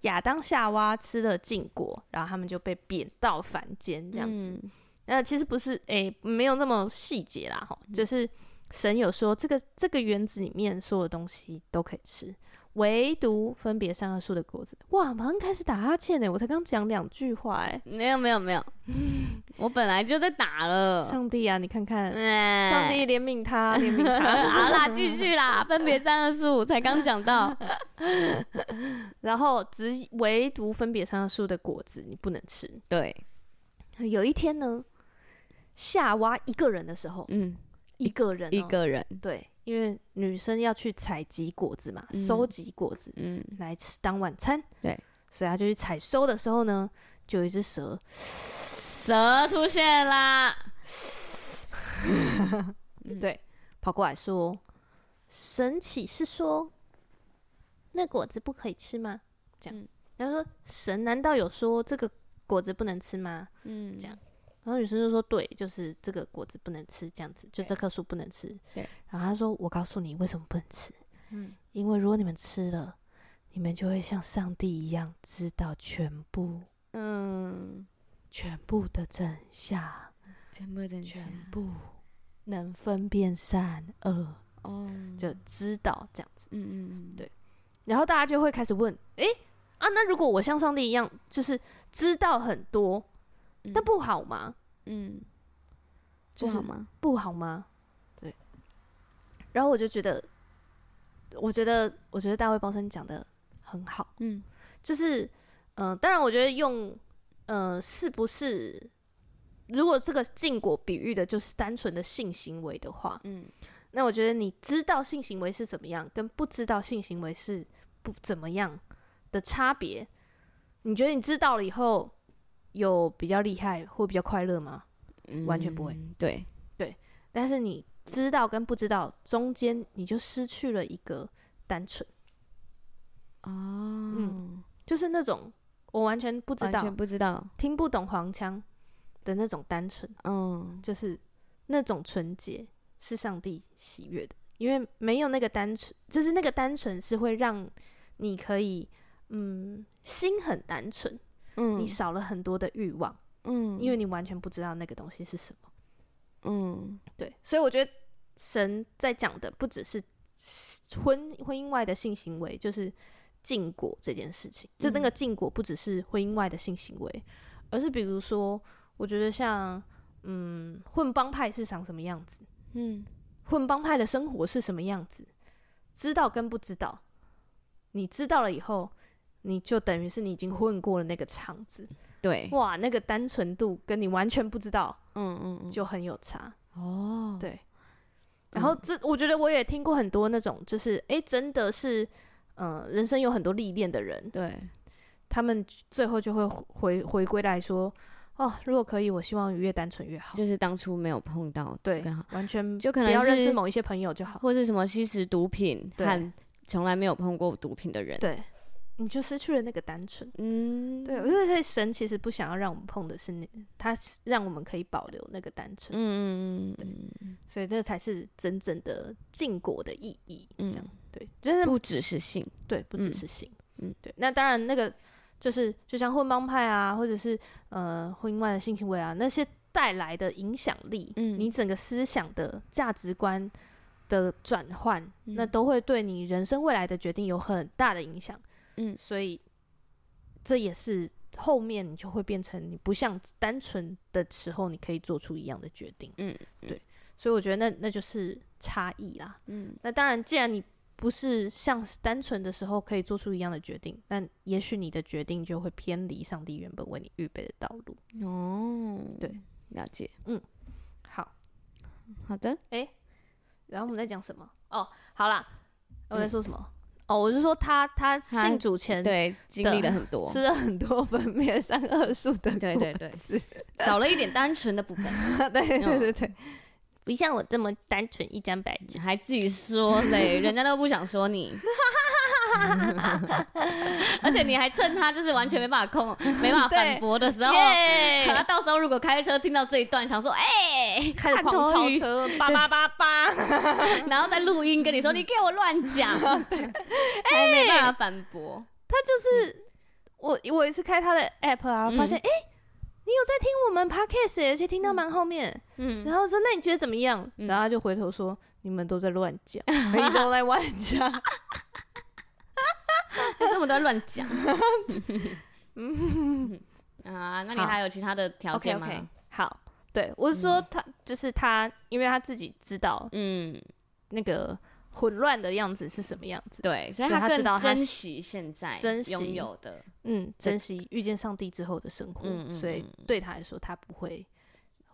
亚当夏娃吃了禁果，然后他们就被贬到凡间这样子。
嗯
那、其实不是，诶，没有那么细节啦，哈，
嗯
就是神有说这个这个园子里面所有东西都可以吃，唯独分别善恶树的果子。哇，马上开始打哈欠呢，我才刚讲两句话哎、
没有没有没有，我本来就在打了。
上帝啊，你看看，
哎
上帝怜悯他，怜悯 他。
好啦，继续啦，分别三二四五才刚讲到。
然后只唯独分别善恶树的果子你不能吃。
对，
嗯有一天呢，夏娃一个人的时候，
嗯，
一个人哦、
一个人，
对，因为女生要去采集果子嘛，
嗯
收集果子
嗯
来吃当晚餐。
对，
所以她就去采收的时候呢，就有一只蛇，
蛇出现啦！
对，跑过来说：“神启是说，那果子不可以吃吗？”这样，
嗯
然后说：“神难道有说这个果子不能吃吗
嗯，
这样然后女生就说：“对，就是这个果子不能吃，这样子，就
对
这棵树不能吃。”
对。
然后他说：“我告诉你为什么不能吃，
嗯
因为如果你们吃了，你们就会像上帝一样知道全部、
嗯，
全部的真相，
全部真
全
相
部能分辨善恶，
哦，
就知道这样子。
嗯嗯嗯，
对然后大家就会开始问：诶啊，那如果我像上帝一样，就是知道很多，
嗯
那不好吗？
嗯，
就
不
是
好吗？
不好吗？对。然后我就觉得，我觉得，我觉得大卫包森讲的很好，
嗯
就是，嗯、当然，我觉得用，呃，是不是，如果这个禁果比喻的就是单纯的性行为的话，
嗯
那我觉得你知道性行为是怎么样，跟不知道性行为是不怎么样的差别，你觉得你知道了以后有比较厉害或比较快乐吗？
嗯，
完全不会
嗯。对，
但是你知道跟不知道中间，你就失去了一个单纯，
哦，嗯，
就是那种我完全不知
完
道、
全不知道。
听不懂黄腔的那种单纯，
嗯
就是那种纯洁是上帝喜悦的，因为没有那个单纯，就是那个单纯是会让你可以，嗯，心很单纯，
嗯，
你少了很多的欲望，
嗯，
因为你完全不知道那个东西是什么。
嗯
对，所以我觉得神在讲的不只是婚婚姻外的性行为，就是禁果这件事情。就那
嗯
个禁果不只是婚姻外的性行为，而是比如说，我觉得像嗯混帮派是长什么样子，
嗯
混帮派的生活是什么样子，知道跟不知道，你知道了以后。你就等于是你已经混过了那个场子，
对，
哇，那个单纯度跟你完全不知道
嗯嗯嗯，
就很有差。
哦，
对然后这我觉得我也听过很多那种，就是诶，真的是，嗯、人生有很多历练的人，
对，
他们最后就会回回归来说，哦，如果可以，我希望越单纯越好。
就是当初没有碰到
对
更好，，
完全
就可
不
能
要认识
是
某一些朋友就好。
或是什么吸食毒品
对
和从来没有碰过毒品的人，
对，你就失去了那个单纯。
嗯，
对，我觉得神其实不想要让我们碰的是那，他让我们可以保留那个单纯，
嗯嗯嗯嗯
所以这才是真正的禁果的意义。这
嗯
样
嗯，
对，就是
不只是性，
对，不只
嗯
是性，
嗯
对。那当然，那个就是就像混帮派啊，或者是呃婚姻外的性行为啊，那些带来的影响力，
嗯
你整个思想的价值观的转换，那
嗯
都会对你人生未来的决定有很大的影响。
嗯
所以这也是后面你就会变成你不像单纯的时候，你可以做出一样的决定。
嗯，
对。所以我觉得那那就是差异啦。
嗯
那当然，既然你不是像单纯的时候可以做出一样的决定，那也许你的决定就会偏离上帝原本为你预备的道路。
哦，
对，
了解，
好，
好的，
然后我们在讲什么？哦，好啦，我在说什么？哦，我是说他他
他
信主前
对，经历了很多，
吃了很多分辨善恶树的
对对对
果子
少了一点单纯的部分，
对对对对，不像我这么单纯一张白 纸。
还自己说嘞，人家都不想说你。 而且你还趁他就是完全没办法 控、没办法反驳的时候，
耶
他到时候如果开车听到这一段，想说哎、
开始狂
看
超
头鱼
车，叭叭叭叭，
然后再录音跟你说你给我乱 讲，还没
哎
办法反驳。
就是 我我也是开他的 app 啊，
嗯
发现哎、诶你有在听我们 podcast，耶、而且听到蛮后面，
嗯，
然后说那你觉得怎么样？
嗯
然后他就回头说你们都在乱 讲，你都在乱讲，
他这么多乱讲。 啊，那你还有其他的条
OK
件吗
OK，好，对我是说他、就是他，因为他自己知道
嗯，
那个混乱的样子是什么样子，
对，所以
所以他
他
知道
更
他
珍惜现在
珍惜
拥有的，
嗯，
对
珍惜遇见上帝之后的生活，
嗯嗯
所以对他来说他不会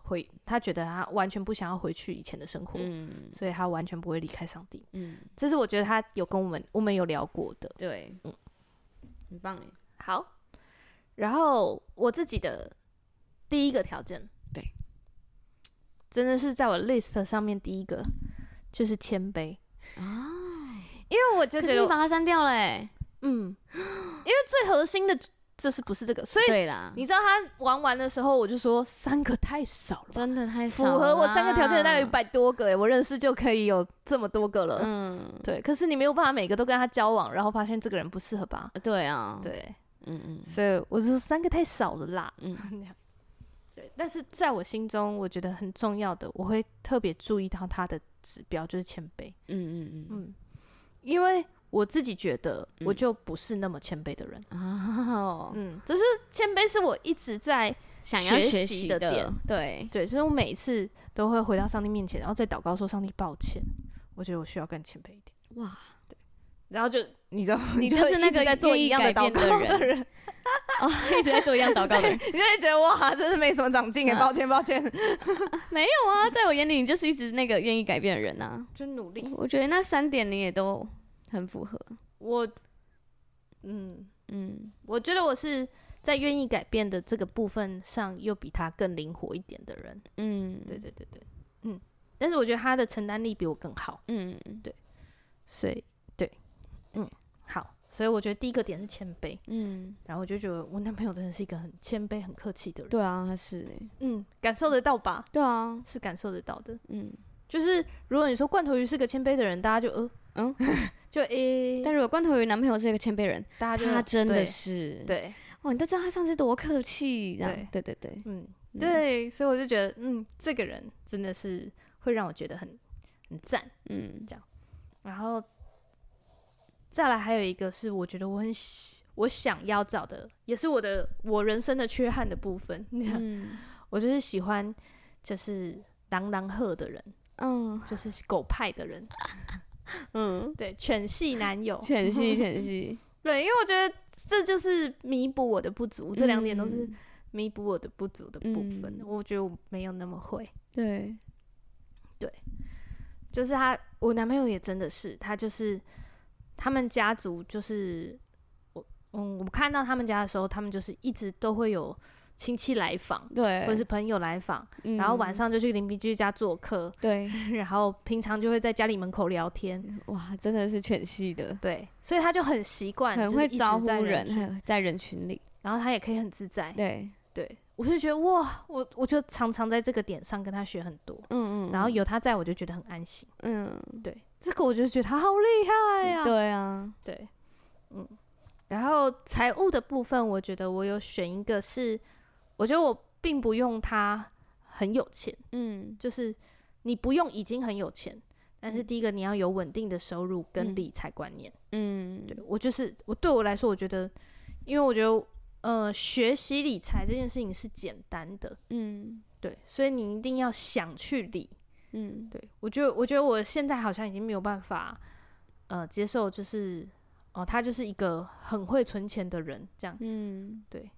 回，他觉得他完全不想要回去以前的生活，
嗯
所以他完全不会离开上帝。
嗯，
这是我觉得他有跟我们我们有聊过的。
嗯对，很棒耶
好，然后我自己的第一个条件，
对，
真的是在我 list 上面第一个就是谦卑，
啊。
因为我就
可
觉
是你
得
把它删掉了、欸，
嗯，因为最核心的就是不是这个，所以
对啦，
你知道他玩完的时候，我就说三个太少了吧。
真的太
符
少了
合我三个条件的大概有
啦
百多个、欸，我认识就可以有这么多个了。
嗯，
对，可是你没有办法每个都跟他交往，然后发现这个人不适合吧？
对啊，，
对，
嗯嗯
所以我就说三个太少了啦。
嗯
这样对，但是在我心中，我觉得很重要的，我会特别注意到他的指标就是谦卑。
嗯嗯
嗯，因为我自己觉得
嗯
我就不是那么谦卑的人。
嗯，哦，
嗯，就是谦卑是我一直在
想要
学
学
习
习
的
的
点
对，
对，就是我每一次都会回到上帝面前，然后再祷告说：“上帝，抱歉，我觉得我需要更谦卑一点。
哇，”
然后就你知道，
你
就
就是那
一直
个
在做
愿
一
意
样的
改
祷
变的
告
人
人，
哦，一直在做一样祷告 的人，
你就会觉得哇，真是没什么长进哎，抱歉抱歉，
没有啊，在我眼里你就是一直那个愿意改变的人啊。
就努力。
我觉得那三点你也都很符合，
我，嗯，
嗯
我觉得我是在愿意改变的这个部分上，又比他更灵活一点的人。
嗯，
对对对对，嗯，但是我觉得他的承担力比我更好，
嗯嗯
所以对，嗯，好，所以我觉得第一个点是谦卑。
嗯，
然后我就觉得我男朋友真的是一个很谦卑、很客气的人，
对啊，他是欸，
嗯，感受得到吧？
对啊，
是感受得到的。
嗯。
就是如果你说罐头鱼是个谦卑的人，大家就呃
嗯，
就诶、
但如果罐头鱼男朋友是一个谦卑人，
大家就
他真的
对
是，
对，
哦，你都知道他上次多客气，这样对对对，
嗯
嗯
对，所以我就觉得嗯，这个人真的是会让我觉得很很赞。
嗯
然后再来还有一个是我觉得我很喜我想要找的，也是我的我人生的缺憾的部分。这样，
嗯
我就是喜欢就是狼狼赫的人。
嗯
就是狗派的人，
嗯，
对犬系男友，
犬系犬系，
对，因为我觉得这就是弥补我的不足， 这两点都是
嗯
弥补我的不足的部分。
嗯
我觉得我没有那么会，
对，
就是他，我男朋友也真的是，他就是他们家族，就是我，嗯，我看到他们家的时候，他们就是一直都会有亲戚来访，
对，
或者是朋友来访，
嗯
然后晚上就去邻居家做客，
对，
然后平常就会在家里门口聊天，
哇，真的是犬系的，
对，所以他就很习惯，
很
就是
会
一直
招呼
在
人，
群
还有在人群里，
然后他也可以很自在。
对，
对，我就觉得哇，我我就常常在这个点上跟他学很多，
嗯嗯，
然后有他在我就觉得很安心。
嗯，
对，这个我就觉得他好厉害呀、
对啊，
对，嗯。然后财务的部分，我觉得我有选一个是，我觉得我并不用他很有钱，
嗯
就是你不用已经很有钱。但是第一个，你要有稳定的收入跟
嗯
理财观念。
嗯，
对我就是我对我来说，我觉得，因为我觉得，呃，学习理财这件事情是简单的，
嗯
对，所以你一定要想去理。
嗯
对我觉得，我觉得我现在好像已经没有办法，呃，接受就是，哦、他就是一个很会存钱的人这样。
嗯，
对，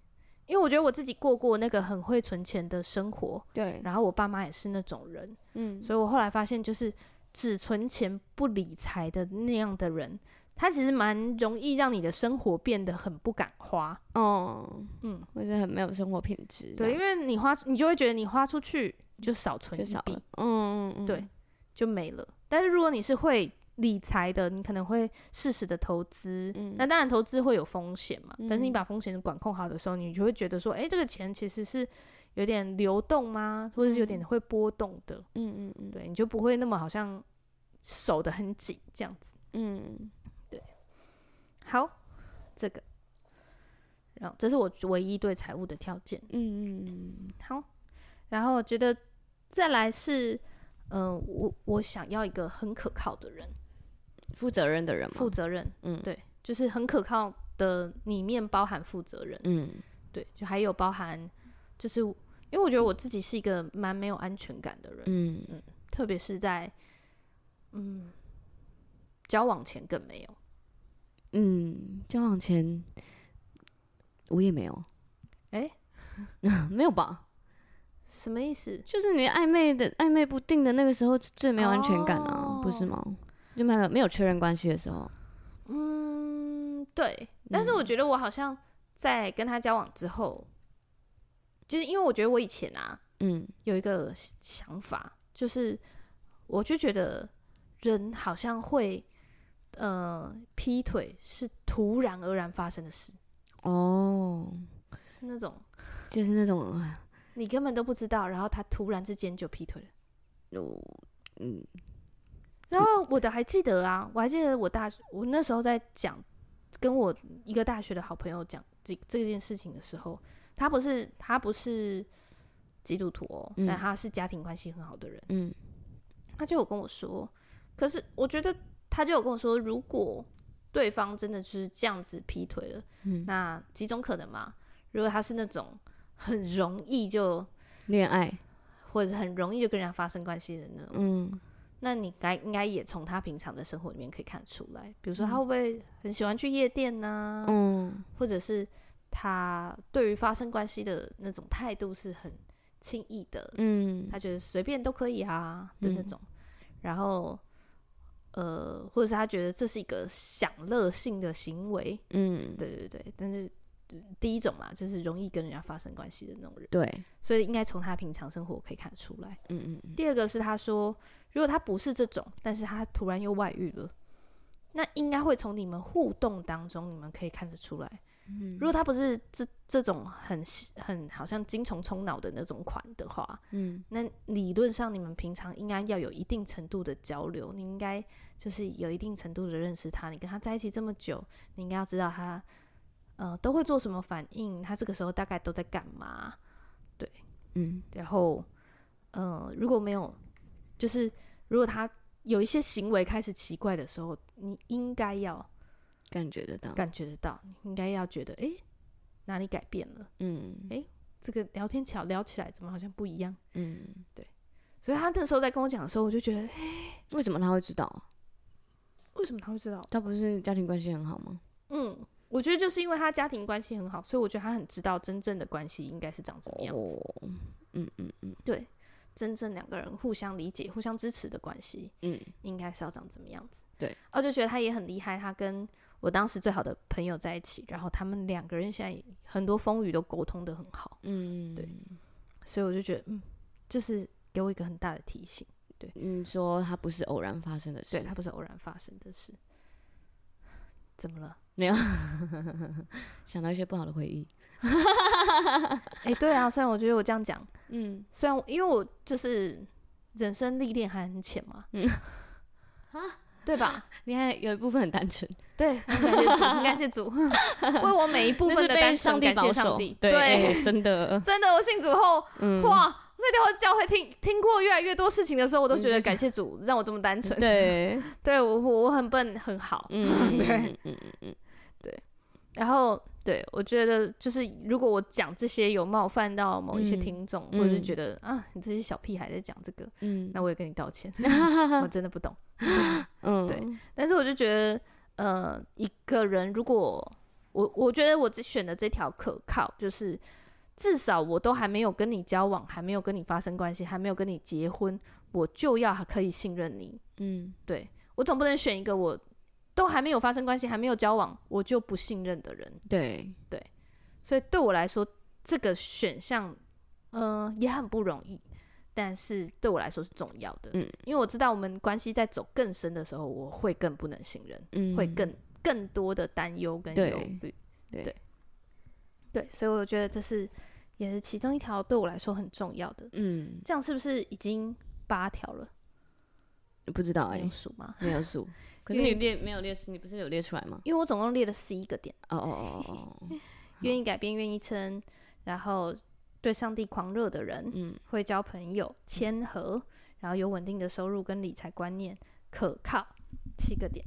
因为我觉得我自己过过那个很会存钱的生活，
对，
然后我爸妈也是那种人，
嗯
所以我后来发现，就是只存钱不理财的那样的人，他其实蛮容易让你的生活变得很不敢花。
哦，
嗯，
或者很没有生活品质这
对，
样，
因为你花出，你就会觉得你花出去就少存
就
一
少
笔
了，，嗯嗯嗯，
对，就没了。但是如果你是会理财的，你可能会适时的投资。
嗯
那当然，投资会有风险嘛。但是你
嗯
把风险管控好的时候，你就会觉得说，哎、这个钱其实是有点流动吗？或者是有点
嗯
会波动的？
嗯嗯嗯，
对，你就不会那么好像守得很紧这样子。
嗯
好，这个，然后这是我唯一对财务的条件。
嗯嗯
好，然后我觉得再来是，嗯、我我想要一个很可靠的人，
负责任的人嘛，
负责任，
嗯
对，就是很可靠的里面包含负责任，
嗯
对，就还有包含，就是因为我觉得我自己是一个蛮没有安全感的人，
嗯
特别是在，嗯，交往前更没有，
嗯，交往前我也没有，
哎，
没有吧？
什么意思？
就是你暧昧的暧昧不定的那个时候最没有安全感啊，不是
哦
吗？就没有没有确认关系的时候，嗯
嗯，对，但是我觉得我好像在跟他交往之后，就是因为我觉得我以前啊
嗯
有一个想法，就是我就觉得人好像会，呃，劈腿是突然而然发生的事，
哦，
是那种
就是那种哎
你根本都不知道，然后他突然之间就劈腿了。
我嗯
然后我的还记得啊，我还记得我大学，我那时候在讲跟我一个大学的好朋友讲这这件事情的时候，他不是他不是基督徒哦，
嗯
但他是家庭关系很好的人，
嗯
他就有跟我说，可是我觉得他就有跟我说，如果对方真的是这样子劈腿了，
嗯
那几种可能嘛，如果他是那种很容易就
恋爱
或者很容易就跟人家发生关系的那种，
嗯
那你该应该也从他平常的生活里面可以看得出来，比如说他会不会很喜欢去夜店呢、
嗯
或者是他对于发生关系的那种态度是很轻易的，
嗯
他觉得随便都可以啊的
嗯
那种。然后，呃，或者是他觉得这是一个享乐性的行为，
嗯
对对对。但是呃第一种嘛，就是容易跟人家发生关系的那种人，
对
所以应该从他平常生活可以看得出来。
嗯嗯
第二个是他说，如果他不是这种，但是他突然又外遇了，那应该会从你们互动当中，你们可以看得出来。
嗯
如果他不是这这种很很好像精虫充脑的那种款的话，
嗯
那理论上你们平常应该要有一定程度的交流，你应该就是有一定程度的认识他。你跟他在一起这么久，你应该要知道他呃都会做什么反应，他这个时候大概都在干嘛。
嗯
然后，呃，如果没有，就是如果他有一些行为开始奇怪的时候，你应该要
感觉得到
感觉得到，你应该要觉得，诶，哪里改变了？
嗯
这个聊天巧聊起来怎么好像不一样？
嗯
所以他那时候在跟我讲的时候，我就觉得，诶，
为什么他会知道啊？
为什么他会知道？
他不是家庭关系很好吗？
嗯，我觉得就是因为他家庭关系很好，所以我觉得他很知道真正的关系应该是长什么样子。
哦嗯嗯嗯
对，真正两个人互相理解、互相支持的关系，
嗯
应该是要长怎么样子。哦
对，
我就觉得他也很厉害，他跟我当时最好的朋友在一起，然后他们两个人现在也很多风雨都沟通的很好，
嗯
对所以我就觉得，嗯，就是给我一个很大的提醒，
嗯你说他不是偶然发生的事
对，它不是偶然发生的事。怎么了？
没有想到一些不好的回忆
哎、对啊，虽然我觉得我这样讲，
嗯
虽然我因为我就是人生历练还很浅嘛，嗯，对吧？
你还有一部分很单纯
对，很感谢主，很感谢主， 为我每一部分的
但
单
是被上
身
帝
感谢
保
上
守
帝。
对
对，
真的
真的，我信主后，
嗯
哇，这条教会听听过越来越多事情的时候，我都觉
嗯就
得
是
感谢主让我这么单纯。，
对
对我我我很笨很好，
嗯
对。
嗯嗯嗯
然后对我觉得就是如果我讲这些有冒犯到某一些
嗯
听众，
嗯
或者是觉得啊你这些小屁孩在讲这个，
嗯
那我也跟你道 歉，我真的不懂。
嗯
对但是我就觉得，呃，一个人如果我我觉得我只选的这条可靠，就是至少我都还没有跟你交往，还没有跟你发生关系，还没有跟你结婚，我就要可以信任你。
嗯
对我总不能选一个我都还没有发生关系、还没有交往，我就不信任的人。
对
所以对我来说，这个选项，嗯、也很不容易，但是对我来说是重要的。
嗯，
因为我知道我们关系在走更深的时候，我会更不能信任。
嗯
会更更多的担忧跟
对
忧虑。
对
对对，所以我觉得这是也是其中一条对我来说很重要的。
嗯
这样是不是已经八条了？
不知道
没
哎
有数吗？
没有 数，可是
因为
你列没有列出，你不是有列出来吗？
因为我总共列了十一个点：
哦哦哦 哦，
愿意改变，愿意撑，然后对上帝狂热的人，
嗯
会交朋友，谦和，然后有稳定的收入跟理财观念，可靠。七个点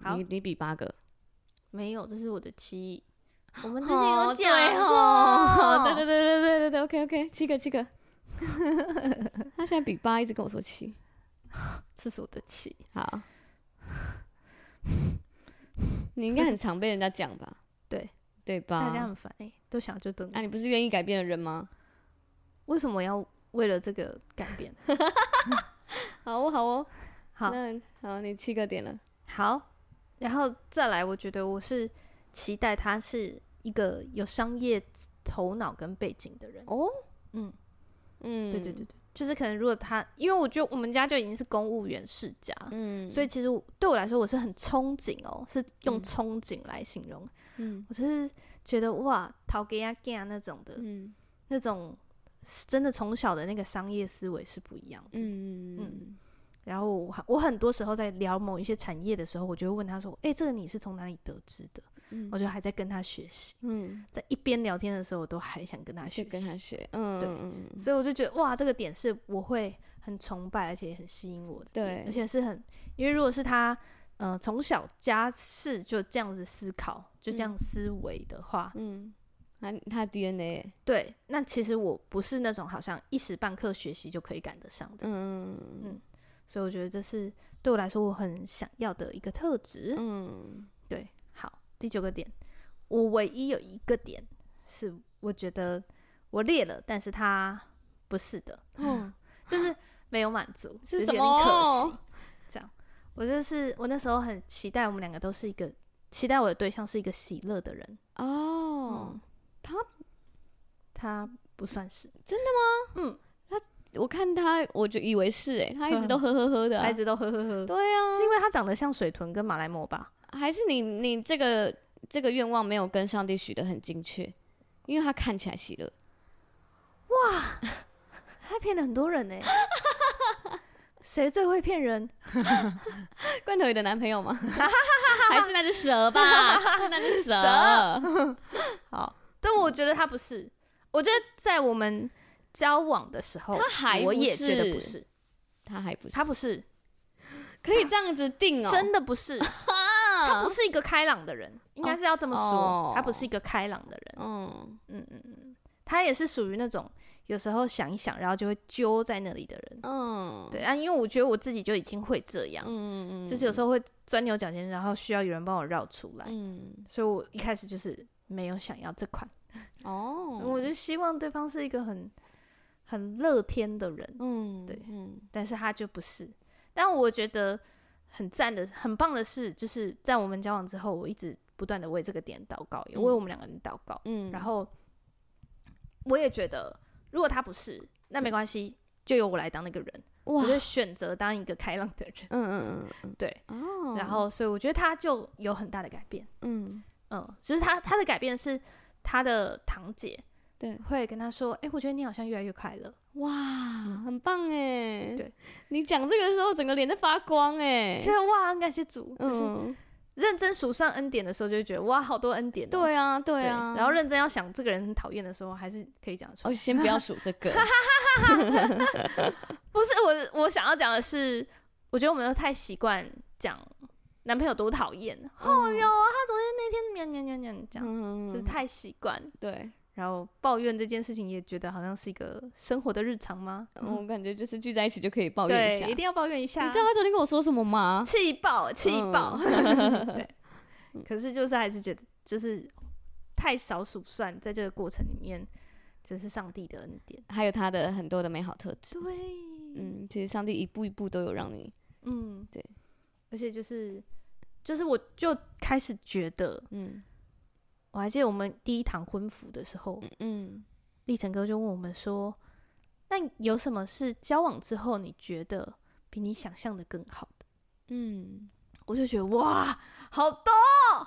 好
你你比八个，
没有，这是我的七。我们
我
之前有讲过，
哦 对对对对对对对，OK OK，七个七个，他现在比八，一直跟我说七，
这是我的七。
好，你应该很常被人家讲吧？
对
对吧？
大家很烦哎、都想就等
那、你不是愿意改变的人吗？
为什么要为了这个改变？
好哦，好哦，
好
那好，你七个点了，
好，然后再来，我觉得我是期待他是一个有商业头脑跟背景的人。
哦，
嗯，
嗯，
对对对，对，就是可能如果他，因为我觉得我们家就已经是公务员世家，
嗯，
所以其实我对我来说我是很憧憬哦，是用
嗯
憧憬来形容。
嗯
我就是觉得哇，陶给亚 g 那种的，
嗯
那种是真的从小的那个商业思维是不一样的。
嗯嗯
嗯然后我我很多时候在聊某一些产业的时候，我就会问他说：“诶，这个你是从哪里得知的？”
嗯
我就还在跟他学习，
嗯，
在一边聊天的时候，我都还想跟他
去
学习。
跟他学，嗯，
对
嗯嗯
所以我就觉得哇，这个点是我会很崇拜，而且也很吸引我的
对
点，而且是很，因为如果是他，呃，从小家世就这样子思考，就这样思维的话，
嗯，他他 DNA，
对，那其实我不是那种好像一时半刻学习就可以赶得上的，
嗯
所以我觉得这是对我来说我很想要的一个特质。
嗯
对，好，第九个点，我唯一有一个点是我觉得我列了，但是它不是的，
哦，
就是没有满足，
是
就是
什
有点可惜
么。
这样，我就是我那时候很期待我们两个都是一个期待我的对象是一个喜乐的人。
哦，
他不算是，
我看他，我就以为是哎，他一
嗯
直都呵呵呵的啊
孩，子都呵呵呵，
对啊，
是因为他长得像水豚跟马来貘吧？
还是你你这个这个愿望没有跟上帝许的很精确，因为他看起来喜乐，
他骗了很 多人呢、谁最会骗人？
罐头里的男朋友吗？ 还是那只蛇吧？是那只蛇。
好，但我觉得他不是，我觉得在我们交往的时候，
他还
我也
不
觉得
是
不是，
他还不是，
他不是，
可以这样子定哦，
真的不 是，他不是一个开朗的人，应该是要这么说，
哦
他不是一个开朗的人，
嗯
嗯嗯嗯，他也是属于那种有时候想一想，然后就会揪在那里的人，
嗯，
对啊，因为我觉得我自己就已经会这样，
嗯，嗯
就是有时候会钻牛角尖，然后需要有人帮我绕出来，
嗯
所以我一开始就是没有想要这款。
哦，
我就希望对方是一个很很乐天的人，
嗯
对
嗯
但是他就不是。但我觉得很赞的、很棒的是，就是在我们交往之后，我一直不断的为这个点祷告，也为
嗯
我们两个人祷告。
嗯，
然后我也觉得，如果他不是，那没关系，就由我来当那个人。
哇
我，就选择当一个开朗的人，
嗯嗯嗯嗯，
对。
哦，
然后，所以我觉得他就有很大的改变。
嗯
嗯，就是他他的改变是他的堂姐
对
会跟他说：“哎、我觉得你好像越来越快乐。”
哇，嗯很棒哎，
对，
你讲这个的时候，整个脸在发光哎，
觉得哇，很感谢主，就是
嗯，
认真数算恩典的时候，就会觉得哇，好多恩典哦、
对啊对
对
啊，
然后认真要想这个人很讨厌的时候，还是可以讲得出 来。
哦，先不要数这 个，
不是我，我想要讲的是，我觉得我们都太习惯讲男朋友多讨厌。哦哟，他昨天那天喵喵喵喵这样，
嗯，
就是太习惯。
对，
然后抱怨这件事情，也觉得好像是一个生活的日常吗？
我感觉就是聚在一起就可以抱怨一
对
下，，
一定要啊嗯抱怨 一下。
你知道他昨天跟我说什么吗？
气爆，气爆。
嗯
对， 可是就是还是觉得就是太少数算，在这个过程里面，就是上帝的恩典。
还有他的很多的美好特质，
对，嗯
嗯，其实上帝一步一步都有让你，
嗯，
对。
而且就是就是我就开始觉得，
嗯
我还记得我们第一堂婚服的时候，
嗯
立成哥就问我们说，那有什么是交往之后你觉得比你想象的更好的？
嗯，
我就觉得哇，好多。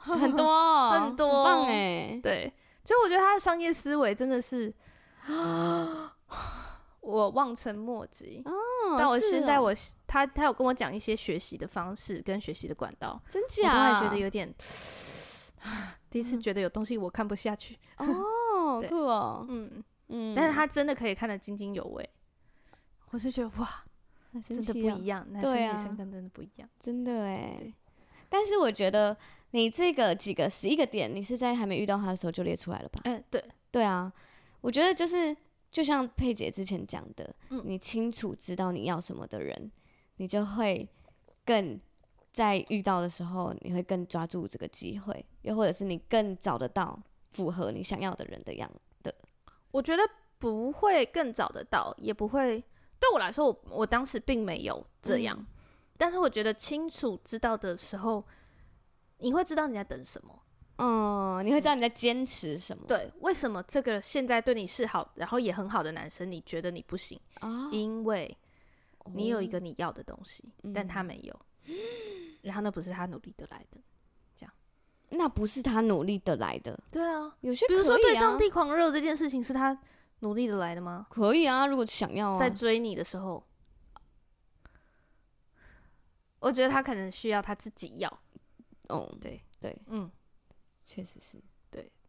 很多哦
很欸多
棒哎，
对，所以我觉得他的商业思维真的是， 我望尘莫及。
嗯
但我
是
现在
哦
我是他他有跟我讲一些学习的方式跟学习的管道，
真
我都
假，
还觉得有点，啊第一次觉得有东西我看不下去。
哦，
对
酷哦，
嗯，
嗯，
但是他真的可以看得津津有味，我就觉得哇，
很神
真的不
奇啊
一样，男生
对
女
啊
生跟真的不一样。
真的哎
对。
但是我觉得你这个几个十一个点，你是在还没遇到他的时候就列出来了吧？
哎、对，
对啊，我觉得就是就像佩姐之前讲的，
嗯
你清楚知道你要什么的人，你就会更在遇到的时候，你会更抓住这个机会，又或者是你更找得到符合你想要的人的样子。
我觉得不会更找得到，也不会对我来说，我我当时并没有这样，但是我觉得清楚知道的时候，你会知道你在等什么，
嗯，你会知道你在坚持什么。
对，为什么这个现在对你是好，然后也很好的男生，你觉得你不行？
啊，
因为你有一
哦
个你要的东西，但他没有， 然后那不是他努力得来的。
那不是他努力得来的，
对啊，
有些
比如说
可以
对
啊
上帝狂热这件事情是他努力得来的吗？
可以啊，如果想要啊
在追你的时候，我觉得他可能需要他自己要，
哦，
对
对，
嗯，
确实是，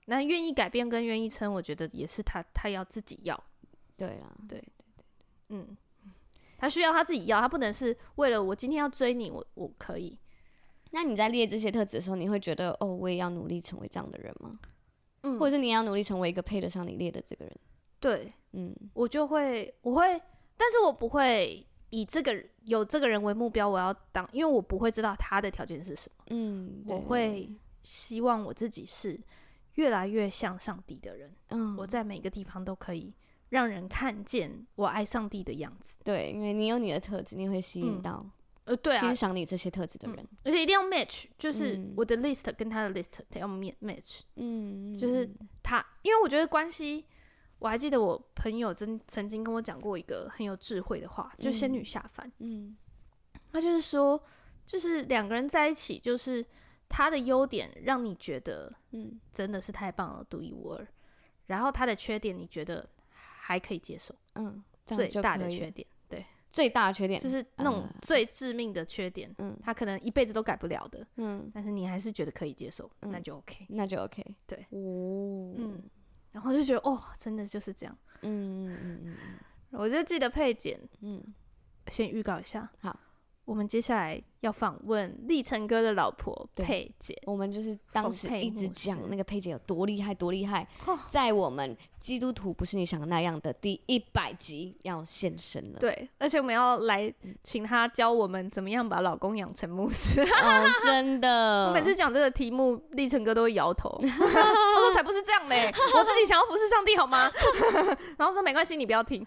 那愿意改变跟愿意撑，我觉得也是他他要自己要，
对啦，
嗯，他需要他自己要，他不能是为了我今天要追你，我我可以，
那你在列这些特质的时候，你会觉得哦，我也要努力成为这样的人吗？
嗯，
或者是你也要努力成为一个配得上你列的这个人？
对
嗯，
我就会我会，但是我不会以这个人有这个人为目标，我要当，因为我不会知道他的条件是什么，
嗯，对
我会，希望我自己是越来越像上帝的人。
嗯，
我在每个地方都可以让人看见我爱上帝的样子。
对，因为你有你的特质，你会吸引
嗯
到
呃，对啊
欣，赏你这些特质的人。
而且一定要 match，就是
嗯
我的 list 跟他的 list 得要 ma- match。
嗯，
就是
嗯
他，因为我觉得关系，我还记得我朋友曾曾经跟我讲过一个很有智慧的话，就
嗯
仙女下凡，
嗯
她就是说，就是两个人在一起，就是他的优点让你觉得
嗯
真的是太棒了，独一无二，然后他的缺点你觉得还可以接受，
嗯，这样
最
就
大
可
的
以嗯
缺
了
点。
最大的缺点
就是那种最致命的缺点，
嗯
他可能一辈子都改不了的，
嗯，
但是你还是觉得可以接受，
嗯
那就 OK。
那就 OK。
对，
哦，
嗯，然后就觉得哦，真的就是这样。
嗯嗯嗯嗯
我就记得佩姐
嗯，
先预告一下，
好，
我们接下来要访问立成哥的老婆
对
佩姐，
我们就是当
奉
时
陪
一直
牧师
讲那个佩姐有多厉害，多厉害
哦，
在我们基督徒不是你想的那样的第一百集要现身了。
对，而且我们要来请她教我们怎么样把老公养成牧师。
哦，真的，
我每次讲这个题目，立成哥都会摇头， 他说才不是这样嘞，我自己想要服侍上帝好吗？ 然后说没关系，你不要听。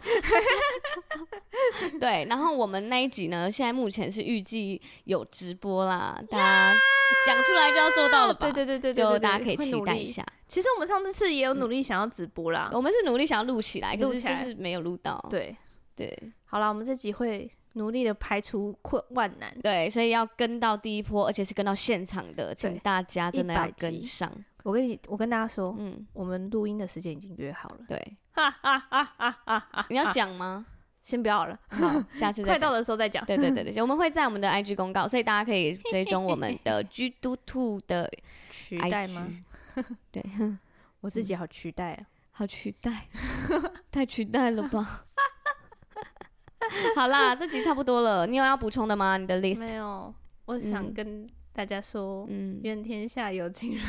对，然后我们那一集呢，现在目前是预计有直播啦，大家讲出来就要做 到了吧？
对对对对对，
就
对
大家可以
会
期
努
待
力
一下。嗯
其实我们上次是也有努力想要直播啦，
我们是努力想要录起来，可
录
是
起
就
来
是没有录到。
对，
对
好啦，我们这集会努力的排除困万难，
对，所以要跟到第一波，而且是跟到现场的，请
对
大家真的
100
要跟
集
上。
我跟你，我跟大家说，
嗯，
我们录音的时间已经约好了，
对，
哈哈哈哈哈哈！
你要讲吗？
先不要了，
好，下次再
快
讲
到。的时候再讲。
对对对对，我们会在我们的 IG 公告，所以大家可以追踪我们 的 G Do Two 的
期待
IG
吗？。我自
嗯
己好期待啊！
好期待， 太期待了吧！ 好啦，这集差不多了，你有要补充的吗？你的 list，
没有，我想跟大家说，
嗯，
愿天下有情 人。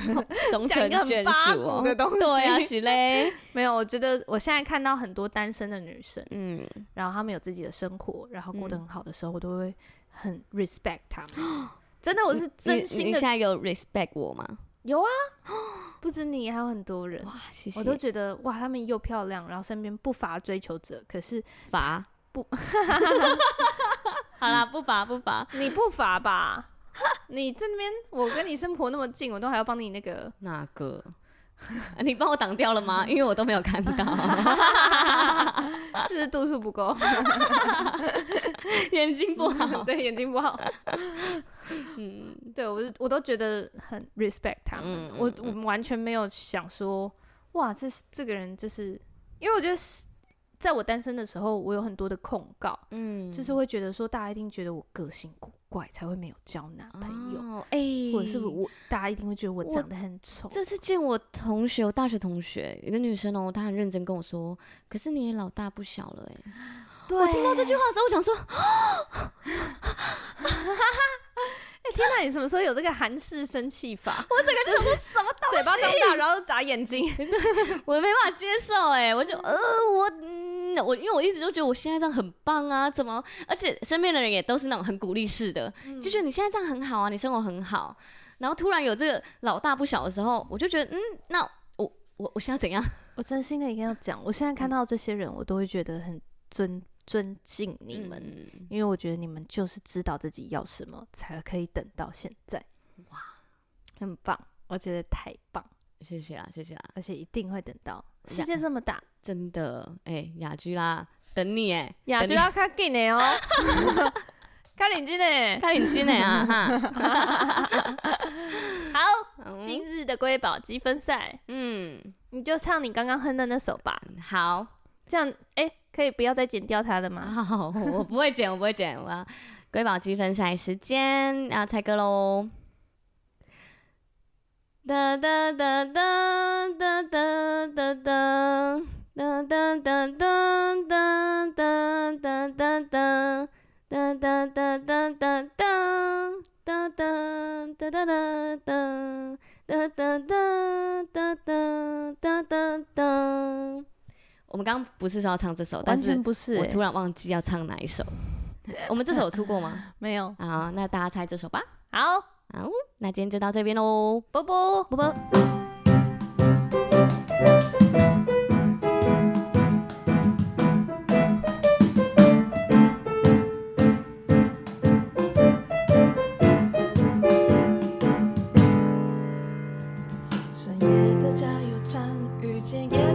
终
讲
成
一个很
眷
八
属
股
哦。
的东西，
对啊，许嘞，
没有，我觉得我现在看到很多单身的女生，
嗯，
然后他们有自己的生活，然后过得
嗯
很好的时候，我都会很 respect 他 们。真的，我是真
你
心
你
的
现，在有 respect 我吗？
有啊，不止你，还有很多人，
哇，谢谢。
我都觉得哇，他们又漂亮，然后身边不乏 追求者，可是
罚
不，
好啦，不罚不罚。
你不乏吧？你这边我跟你生活那么近，我都还要帮你那个，
哪个？ 你帮我挡掉了吗？因为我都没有看到，
是不是度数不够？
眼睛不好。
对，眼睛不好。
嗯，
对我就我都觉得很 respect 他们，
嗯嗯
我
嗯
我完全没有想说，哇，这是这个人就是，因为我觉得是在我单身的时候，我有很多的控告，
嗯
就是会觉得说大家一定觉得我个性古怪才会没有交男朋友，
哦哎，
或者是我大家一定会觉得啊我
我
长得很丑，
这次见我同学，我大学同学，有个女生哦，她很认真跟我说，可是你也老大不小了哎、
对，我听到这
这句话的时候，我想说，
哎天哪，你什么时候有这个韩式生气法？ 我整个就是什么嘴巴张大，然后眨眼睛，
我没办法接受哎、我就呃，我、嗯、我因为我一直都觉得我现在这样很棒啊，怎么？而且身边的人也都是那种很鼓励式的，
嗯
就觉得你现在这样很好啊，你生活很好。然后突然有这个老大不小的时候，我就觉得嗯，那我我我现在怎样？
我真心的一定要讲，我现在看
嗯
到这些人，我都会觉得很尊尊敬你们，
嗯
因为我觉得你们就是知道自己要什么，才可以等到现在。哇，很棒！我觉得太棒，
谢谢啦，谢谢啦，
而且一定会等到。
下
世界这么大，
真的，哎、雅居啦，等你哎、
雅
等
居
你
拉卡给你 哦，卡领巾呢？
看你进来啊哈，
好，今
嗯
日的瑰宝积分赛，
嗯，
你就唱你刚刚哼的那首吧。
好，
这样，哎、可以不要再剪掉它了吗？
好，我不会剪，我不会剪，我要瑰宝积分赛时间啊，猜歌喽！哒哒哒哒哒哒哒哒哒哒哒哒哒哒哒哒哒哒哒哒哒哒哒哒哒哒哒哒哒。哒哒哒哒哒哒哒哒。我们刚刚不是说要唱这首，但
完
是
全不是、
我
欸，
突然忘记要唱哪一首。我们这首有出过 吗？
没有。
好，那大家猜这首吧。
好，
好，那今天就到这边喽，
波波，
啵啵。
深夜的加油站遇见夜